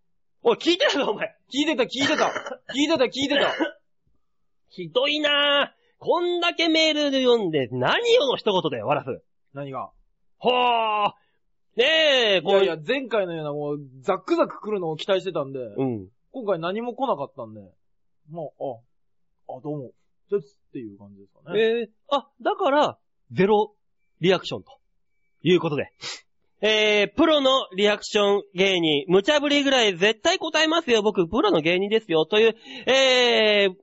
A: おい、聞いてたぞ、お前
C: 聞いてた、聞いてた。聞いてた、聞いてた。
A: ひどいなぁ。こんだけメールで読んで、何よの一言で終わらす。
C: 何が
A: ほーねえ、
C: い
A: こう
C: や
A: いう。
C: いや、前回のようなもう、ザックザク来るのを期待してたんで、
A: うん。
C: 今回何も来なかったんで、もう、あ、あ、どうも、じゃつっていう感じですかね。
A: えー、あ、だから、ゼロリアクションと。いうことで。えー、プロのリアクション芸人、無茶ぶりぐらい絶対答えますよ、僕、プロの芸人ですよ、という、えー、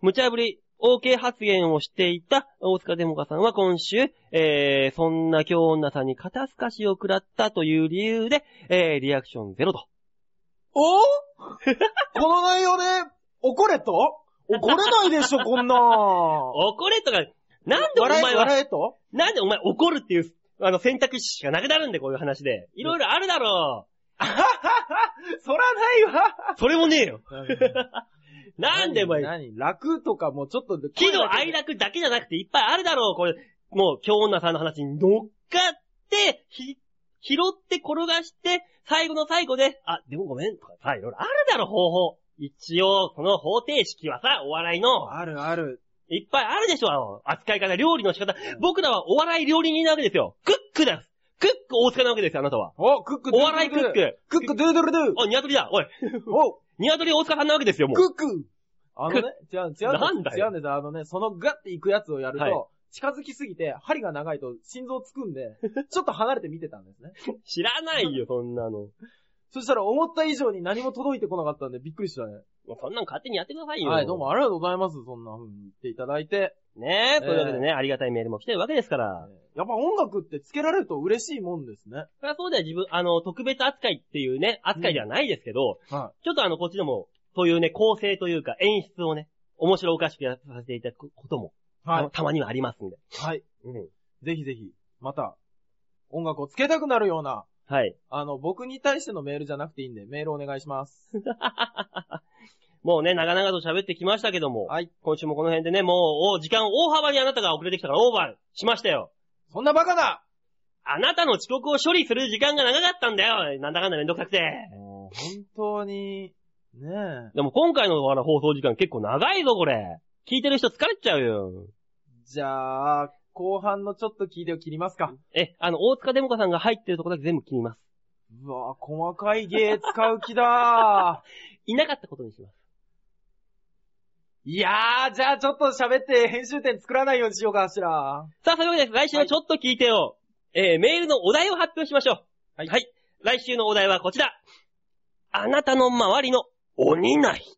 A: 無茶ぶり OK 発言をしていた大塚デモカさんは今週、えー、そんな京女さんに肩透かしを食らったという理由で、えー、リアクションゼロと。
C: おこの内容で怒れと怒れない でしょ、こんな。
A: 怒れとか、なんでお
C: 笑え、
A: 前は、
C: 笑えと
A: なんでお前怒るっていう、あの選択肢がなくなるんだよ、こういう話で。いろいろあるだろ
C: そらないわ。
A: う。それもねえよ。なんでお前、
C: 何何楽とかもちょっと。
A: 喜怒哀楽だけじゃなくていっぱいあるだろう、これ。もう、京女さんの話に乗っかって、ひ、拾って転がして、最後の最後で、あ、でもごめん、とかさ、いろいろあるだろ、方法。一応、この方程式はさ、お笑いの、
C: あるある。
A: いっぱいあるでしょ、あの扱い方、料理の仕方。僕らはお笑い料理人なわけですよ。クックだクック大塚なわけですよ、あなたは。
C: お、クック
A: お笑いクッ。ク。
C: クックドゥードゥルドゥ
A: お、ニワトリだ、おい。
C: お、
A: ニワトリ大塚さんなわけですよ、もう。
C: クックあのね、違う、違うんです。
A: なんだよ
C: 違うんです。あのね、そのガッて行くやつをやると、
A: はい
C: 近づきすぎて、針が長いと心臓つくんで、ちょっと離れて見てたんですね。
A: 知らないよ、そんなの。
C: そしたら思った以上に何も届いてこなかったんでびっくりしたね。
A: もうそんなん勝手にやってくださいよ。
C: はい、どうもありがとうございます。そんな風に言っていただいて。
A: ねえ、というわけでね、ありがたいメールも来てるわけですから。
C: やっぱ音楽ってつけられると嬉しいもんですね。
A: そりゃそうだよ、自分、あの、特別扱いっていうね、扱いではないですけど、
C: は
A: ちょっとあの、こっちでも、そういうね、構成というか、演出をね、面白おかしくやらせていただくことも、
C: い。は
A: たたまにはありますんで。
C: い。はい。
A: うん。
C: ぜひぜひ、また、音楽をつけたくなるような、
A: はい。
C: あの、僕に対してのメールじゃなくていいんで、メールお願いします。
A: もうね、長々と喋ってきましたけども、
C: はい。
A: 今週もこの辺でね、もう、お時間大幅にあなたが遅れてきたからオーバーしましたよ。
C: そんなバカな
A: あなたの遅刻を処理する時間が長かったんだよ。なんだかんだめんどくさくて。
C: もう本当に、ねえ。
A: でも今回のあの放送時間結構長いぞ、これ。聞いてる人疲れちゃうよ。
C: じゃあ、後半のちょっと聞いてを切りますか。
A: え、あの、大塚デモカさんが入ってるとこだけ全部切ります。
C: うわぁ、細かい芸使う気 だー。
A: いなかったことにします。
C: いやー、じゃあちょっと喋って編集点作らないようにしようかしら。
A: さあ、そういうわけで、来週のちょっと聞いてよ。えー、メールのお題を発表しましょう。
C: はい
A: 来週のお題はこちら。あなたの周りの鬼な人。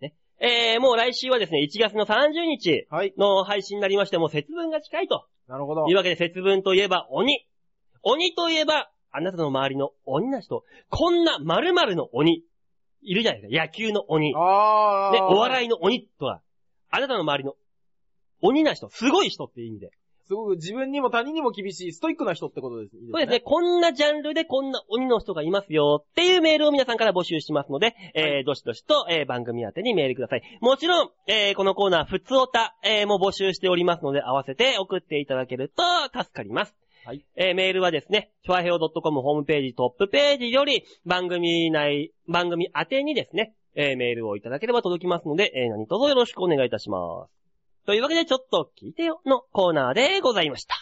A: ね。えー、もう来週はですね、1月の30日
C: はい。
A: の配信になりまして、もう節分が近いと。
C: なるほど
A: い。うわけで、節分といえば鬼。鬼といえば、あなたの周りの鬼な人。こんな〇〇の鬼。いるじゃないですか。野球の鬼。
C: あー。
A: ね、お
C: い。
A: 笑いの鬼とは、あなたの周りの鬼な人、すごい人っていう意味で。
C: すごく自分にも他人にも厳しいストイックな人ってことです。いい
A: そうですね、。こんなジャンルでこんな鬼の人がいますよっていうメールを皆さんから募集しますので、えー、どしどしと、えー、番組宛てにメールください。もちろん、えー、このコーナー、ふつおた、えー、も募集しておりますので、合わせて送っていただけると助かります。
C: はい。
A: えー、メールはですね、ちょあへお .com ホームページトップページより、番組内、番組宛てにですね、えー、メールをいただければ届きますので、えー、何卒よろしくお願いいたします。というわけで、ちょっと聞いてよのコーナーでございました。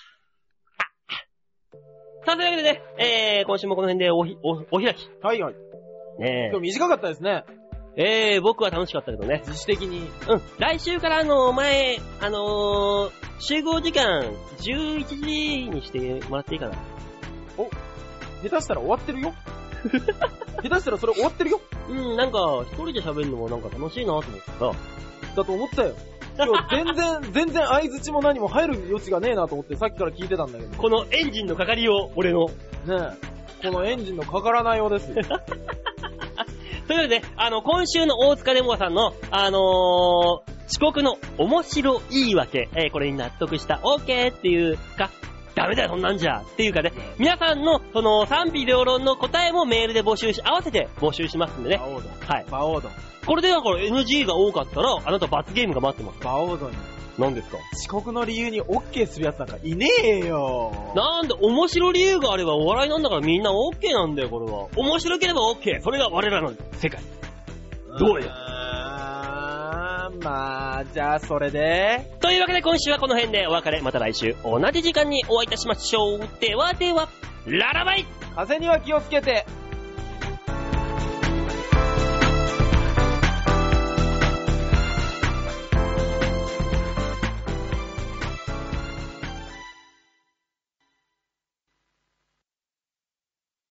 A: さあ、というわけでね、えー、今週もこの辺でおひ、お、お開き。
C: はいはい。
A: ね
C: 今日短かったですね。
A: え。えー、僕は楽しかったけどね。
C: 自主的に。
A: うん。来週からあの、前、あのー、集合時間、11時にしてもらっていいかな。
C: 下手したら終わってる よ。下手したらそれ終わってるよ。
A: うん、なんか、一人で喋るのもなんか楽しいなと思ってさ。
C: だと思ったよ。今日全然、全然相槌も何も入る余地がねえなと思ってさっきから聞いてたんだけど。
A: このエンジンのかかりを、俺の。
C: ねえ。このエンジンのかからないようですよ。
A: というわけで、あの、今週の大塚デモカさんの、あのー、遅刻の面白言い訳、えーこれに納得した、OK っていうか、ダメだよ、そんなんじゃっていうかね、皆さんの、その、賛否両論の答えもメールで募集し、合わせて募集しますんでね。
C: 馬王丼。
A: はい。
C: 馬王丼。
A: これでだから NG が多かったら、あなた罰ゲームが待ってます。
C: 馬王丼に
A: 何ですか
C: 遅刻の理由に OK するやつなんかいねえよ。
A: なんで、面白理由があればお笑いなんだからみんな OK なんだよ、これは。面白ければ OK。それが我らの世界。どうよ
C: あーまあ、じゃあそれで。
A: というわけで今週はこの辺でお別れ。また来週同じ時間にお会いいたしましょう。ではでは、ララバイ
C: 風には気をつけて、